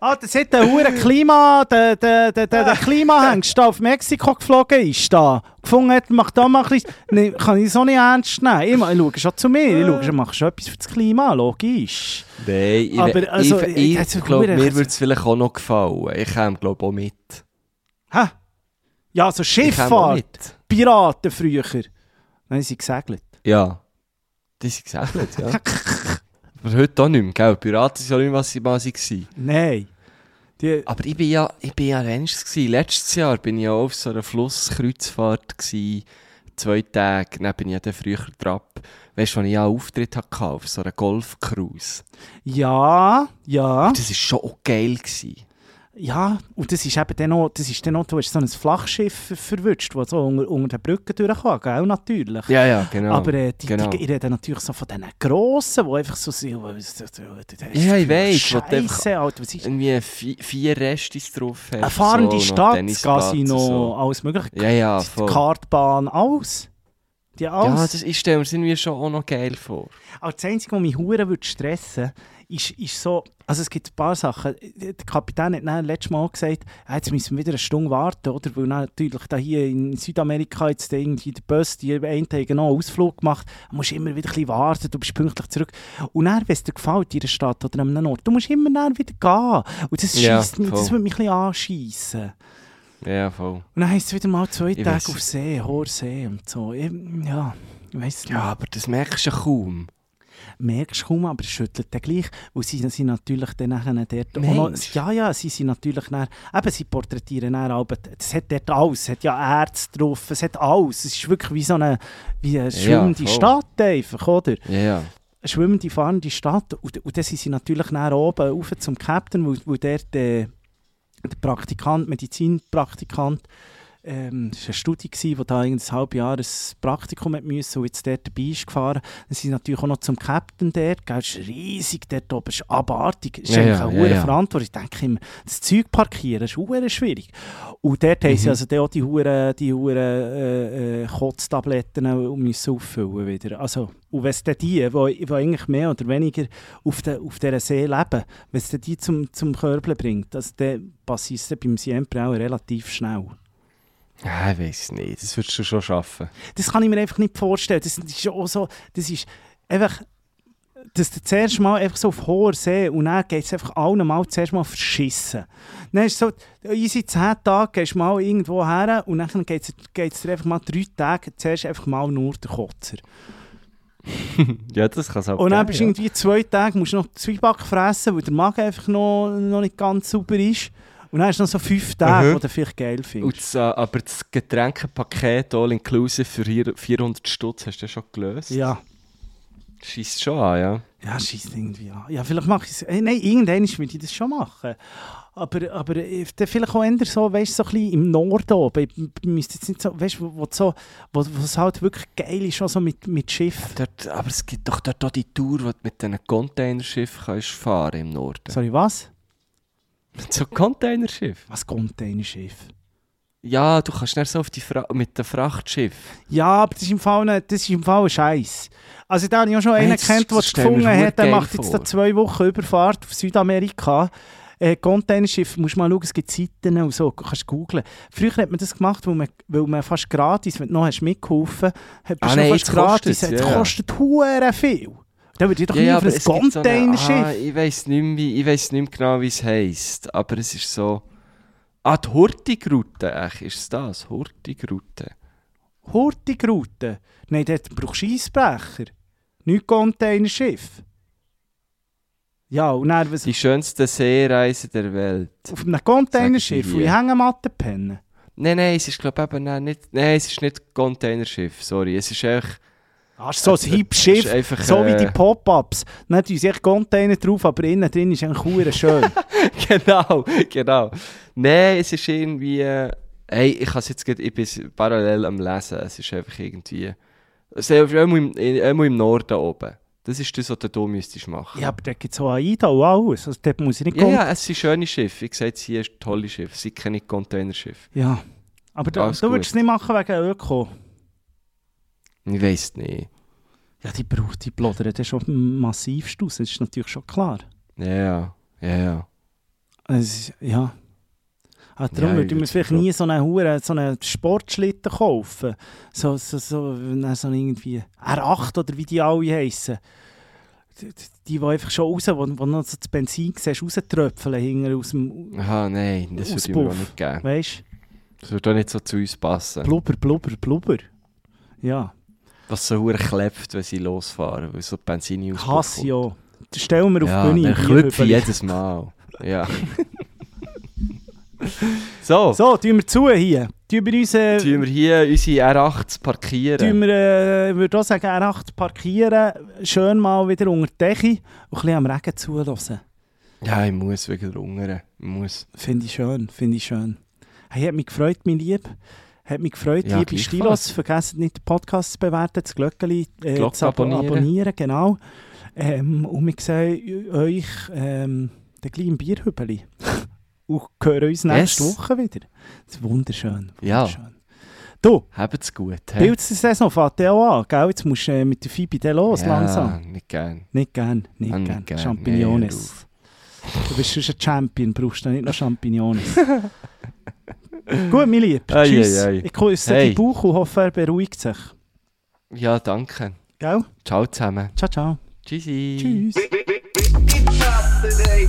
S3: ah, das hat der hure Klima, der, der, der, der, der Klimahengst, der auf Mexiko geflogen ist, da. gefunden hat, mach da mal ein bisschen... Nee, kann ich so nicht ernst nehmen. Ich, ma- ich schaue schon zu mir, ich schaue schon, machst du etwas für das Klima, logisch.
S2: Nein, ich,
S3: Aber also,
S2: ich, ich,
S3: jetzt-
S2: glaube, mir
S3: jetzt-
S2: würde es vielleicht auch noch gefallen. Ich käme, glaube ich, auch mit.
S3: Hä? Ja, so
S2: Ich käme auch
S3: Schifffahrt,
S2: mit.
S3: Piraten früher. Nein, sie gesegelt.
S2: Ja. Die sind gesegelt, ja. Aber heute auch nicht mehr, gell? Piraten sind ja nicht mehr, was sie mal waren.
S3: Nein. Die,
S2: Aber ich bin ja, ich bin ja längst gewesen. Letztes Jahr bin ich ja auf so einer Flusskreuzfahrt gsi, zwei Tage. Dann bin ich ja dann früher drauf. Weißt du, als ich ja einen Auftritt hatte auf so einer Golfcruise.
S3: ja, ja,
S2: Das war schon auch geil gewesen.
S3: ja. Und das ist eben dann noch, das ist dann noch du hast so ein Flachschiff ver- verwünscht, das so unter, unter der Brücke durchkam, gell, natürlich.
S2: Ja, ja, genau.
S3: Aber äh, die,
S2: genau.
S3: die, ich rede natürlich so von diesen Grossen, die einfach so sind. wo- so- so-
S2: Ja, ich weiss, wo du einfach-
S3: Scheisse, Alter, was ist...
S2: Irgendwie vi- vier Restis drauf hast.
S3: Eine fahrende
S2: und noch
S3: Stadt, das
S2: Tennisplatz und
S3: Casino,
S2: so.
S3: alles mögliche.
S2: Ja, ja,
S3: Die
S2: voll.
S3: Kartbahn, alles. Die
S2: Ja,
S3: alles.
S2: das ist, stellen wir sind wir schon auch noch geil vor.
S3: Also das Einzige, was mich hure würde stressen, ist, ist so, also es gibt ein paar Sachen. Der Kapitän hat dann letztes Mal gesagt, ah, jetzt müssen wir wieder eine Stunde warten, oder? Weil natürlich da hier in Südamerika jetzt irgendwie der Bus, die einen Tag noch einen Ausflug gemacht, du musst immer wieder ein bisschen warten, du bist pünktlich zurück. Und dann, wenn es dir gefällt, in einer Stadt oder an einem Ort, du musst immer dann wieder gehen. Und das
S2: Ja,
S3: schießt mich,
S2: voll.
S3: das würde mich ein bisschen anschiessen.
S2: Ja, voll.
S3: Und dann heisst es wieder mal zwei
S2: Ich
S3: Tage
S2: weiss.
S3: auf See, hoher See und so. Ich, ja, ich weiss nicht.
S2: Ja, aber das merkst du ja kaum.
S3: merkst du kaum, aber es schüttelt dann gleich. Und sie sind natürlich dann nachher dort auch noch,
S2: Mensch.
S3: Ja, ja, sie sind natürlich dann, eben, sie porträtieren dann aber es hat dort alles, es hat ja Ärzte drauf, es hat alles. Es ist wirklich wie so eine, wie eine schwimmende
S2: voll.
S3: Stadt einfach, oder?
S2: Ja, ja.
S3: Eine schwimmende, fahrende Stadt. Und, und dann sind sie natürlich dann oben rauf zum Captain, wo, wo dort äh, der Praktikant, Medizinpraktikant, ähm, das war eine Studie, gewesen, die da ein halbes Jahr ein Praktikum hat müssen und jetzt dort dabei ist gefahren. Dann sind sie natürlich auch noch zum Captain dort, gell, das ist riesig dort oben, das ist abartig, das ist
S2: Ja,
S3: eigentlich
S2: ja,
S3: eine
S2: ja,
S3: hohe
S2: ja.
S3: Verantwortung. Ich denke immer, das Zeug parkieren ist hure schwierig. Und dort haben
S2: Mhm.
S3: sie also dann auch die hure die hure äh, äh, Kotztabletten auch müssen auffüllen wieder. Also, und wenn es dann die, die, die eigentlich mehr oder weniger auf, der, auf dieser See leben, wenn es dann die zum, zum Körbchen bringt, also dann passiert es dann beim Siempre auch relativ schnell.
S2: Ja, ich weiß nicht, das würdest du schon schaffen.
S3: Das kann ich mir einfach nicht vorstellen. Das ist auch so, das ist einfach, dass du zuerst mal einfach so auf hoher See und dann geht es einfach allen mal zuerst mal verschissen. Dann ist so, easy 10 Tage gehst du mal irgendwo her und dann geht es dir einfach mal drei Tage zuerst einfach mal nur der Kotzer.
S2: Ja, das kann es auch
S3: Und
S2: geben,
S3: dann bist du
S2: ja.
S3: irgendwie zwei Tage, musst du noch Zwieback fressen, weil der Magen einfach noch, noch nicht ganz sauber ist. Und dann hast du noch so fünf Tage,
S2: Mhm.
S3: die du vielleicht geil
S2: Und das,
S3: findest.
S2: äh, aber das Getränkepaket all inclusive für hier 400 Stutz hast du ja schon gelöst.
S3: Ja.
S2: Schießt schon an, ja.
S3: Ja, schießt irgendwie an. Ja, vielleicht mache ich es. Äh, nein, irgendwann würde ich das schon machen. Aber, aber äh, dann vielleicht auch eher so, weißt du, so ein bisschen im Norden oben. Ich m- müsste jetzt nicht so, weißt du, wo, wo, so, wo, wo es halt wirklich geil ist, auch so mit, mit Schiff.
S2: Dort, aber es gibt doch dort auch die Tour, wo du mit diesen Containerschiffen kannst fahren im Norden.
S3: Sorry, was?
S2: Mit so Containerschiff?
S3: Was Containerschiff?
S2: Ja, du kannst nicht so auf die Fra mit dem Frachtschiff.
S3: Ja, aber das ist im Fall, ne, das ist im Fall ein Scheiß. Also da habe ich auch schon einen
S2: das-
S3: kennt, der
S2: das
S3: es
S2: stell ich mir
S3: gefunden hat, der
S2: verdammt
S3: macht
S2: geil
S3: jetzt
S2: vor.
S3: da zwei Wochen Überfahrt auf Südamerika. Äh, Containerschiff, musst mal schauen, es gibt Seiten und so, kannst googeln. Früher hat man das gemacht, weil man, weil man fast gratis, wenn du noch hast mitgeholfen, hat
S2: Ah,
S3: man
S2: nein,
S3: fast
S2: jetzt
S3: gratis,
S2: kostet's,
S3: es
S2: ja.
S3: kostet hure viel. Dann würde ich doch
S2: Ja, ja,
S3: lieber ein
S2: gibt so eine- Ah,
S3: Containerschiff.
S2: ich weiss nicht, mehr, wie- ich weiss nicht mehr genau, wie es heisst. Aber es ist so... Ah, die Hurtigrute, echt, ist es das? Hurtigrute.
S3: Hurtigruten. Nein, dort brauchst du Eisbrecher. Nicht Containerschiff. Ja, und dann, was
S2: Die schönste Seereise der Welt.
S3: Auf einem Containerschiff,
S2: Sagen
S3: wo
S2: Sie
S3: ich
S2: hier.
S3: Hängematte penne.
S2: Nein, nein, es ist glaube ich eben nein, nicht... Nein, es ist nicht Containerschiff, sorry. Es ist echt...
S3: Hast so ein
S2: es ist
S3: Hip-Schiff,
S2: einfach,
S3: so wie
S2: äh,
S3: die Pop-Ups. Dann tun sich Container drauf, aber innen drin ist ein Kuchen schön.
S2: genau, genau. Nein, es ist irgendwie. Äh, hey, ich kann jetzt grad, ich bin parallel am Lesen. Es ist einfach irgendwie. Es ist irgendwo im, in- irgendwo im Norden oben. Das ist das, was du da müsstest machen.
S3: ja, aber da gibt es auch AIDA und alles. Also dort muss ich nicht
S2: ja,
S3: kommen.
S2: ja, es sind schöne Schiffe. Ich sehe jetzt hier ist tolle Schiffe. Es sind keine Containerschiffe.
S3: Ja. Aber du,
S2: Alles
S3: du würdest es nicht machen wegen Öko.
S2: Ich weiß nicht.
S3: Ja, die braucht die Blodere, das ist schon massivst aus, das ist natürlich schon klar.
S2: Ja, ja, ja, ja.
S3: Also, ja. Ah, darum
S2: Ja, ich
S3: würde ich mir
S2: würd's
S3: vielleicht
S2: schon-
S3: nie so einen, Huren, so einen Sportschlitten kaufen. So, so, so, nein, so irgendwie R8 oder wie die alle heissen. Die, die die einfach schon raus, wo, wo noch so das Benzin siehst, rauströpfeln hinten aus dem...
S2: Aha, nein, das würde ich mir auch
S3: Auspuff.
S2: nicht geben.
S3: Weißt
S2: Das würde auch nicht so zu uns passen.
S3: Blubber, blubber, blubber. Ja,
S2: Was so hure klepft, wenn sie losfahren, weil so die Benzin
S3: ich
S2: auspuff
S3: hasse ja. Stellen wir auf
S2: ja,
S3: die Bühne.
S2: dann
S3: im
S2: klüpfe ich
S3: Bierhübeli.
S2: jedes Mal. Ja. so,
S3: So, tun wir zu hier. Tun wir unseren...
S2: tun wir hier unsere R8 parkieren.
S3: Tun wir, äh, ich würde auch sagen, R8 parkieren, schön mal wieder unter die Decke und ein bisschen am Regen zulassen.
S2: Ja, ich muss wegen der Ungere. Ich muss.
S3: Finde ich schön, finde ich schön. Hey, hat mich gefreut, mein Lieb. Hat mich gefreut,
S2: Ja,
S3: liebe
S2: gleichfalls.
S3: Stilos. Vergesst nicht, den Podcast zu bewerten, das Glöckchen äh,
S2: Glocke
S3: zu abo abonnieren.
S2: abonnieren.
S3: genau. Ähm, und wir sehen euch ähm, den kleinen Bierhübeli. und hören uns nächste
S2: Yes. Ah.
S3: Woche wieder. Das ist wunderschön.
S2: Ja.
S3: wunderschön. Du,
S2: Habt's gut.
S3: die Pilz-Saison fängt ja auch an, gell? Jetzt musst du äh, mit der Phoebe dann los, langsam.
S2: Nicht gern.
S3: Nicht gern, nicht
S2: Ah, nicht gern.
S3: gern.
S2: Nee, hör
S3: Champignones.
S2: auf.
S3: du bist schon ein Champion, brauchst du nicht noch Champignones. Gut, mein Lieb.
S2: Ei,
S3: Tschüss.
S2: ei, ei.
S3: Ich küsse
S2: Hey.
S3: den Bauch und hoffe, er beruhigt sich.
S2: Ja, danke.
S3: Gell?
S2: Ciao zusammen.
S3: Ciao, ciao.
S2: Tschüssi.
S3: Tschüss.
S1: Die Tasten, ey.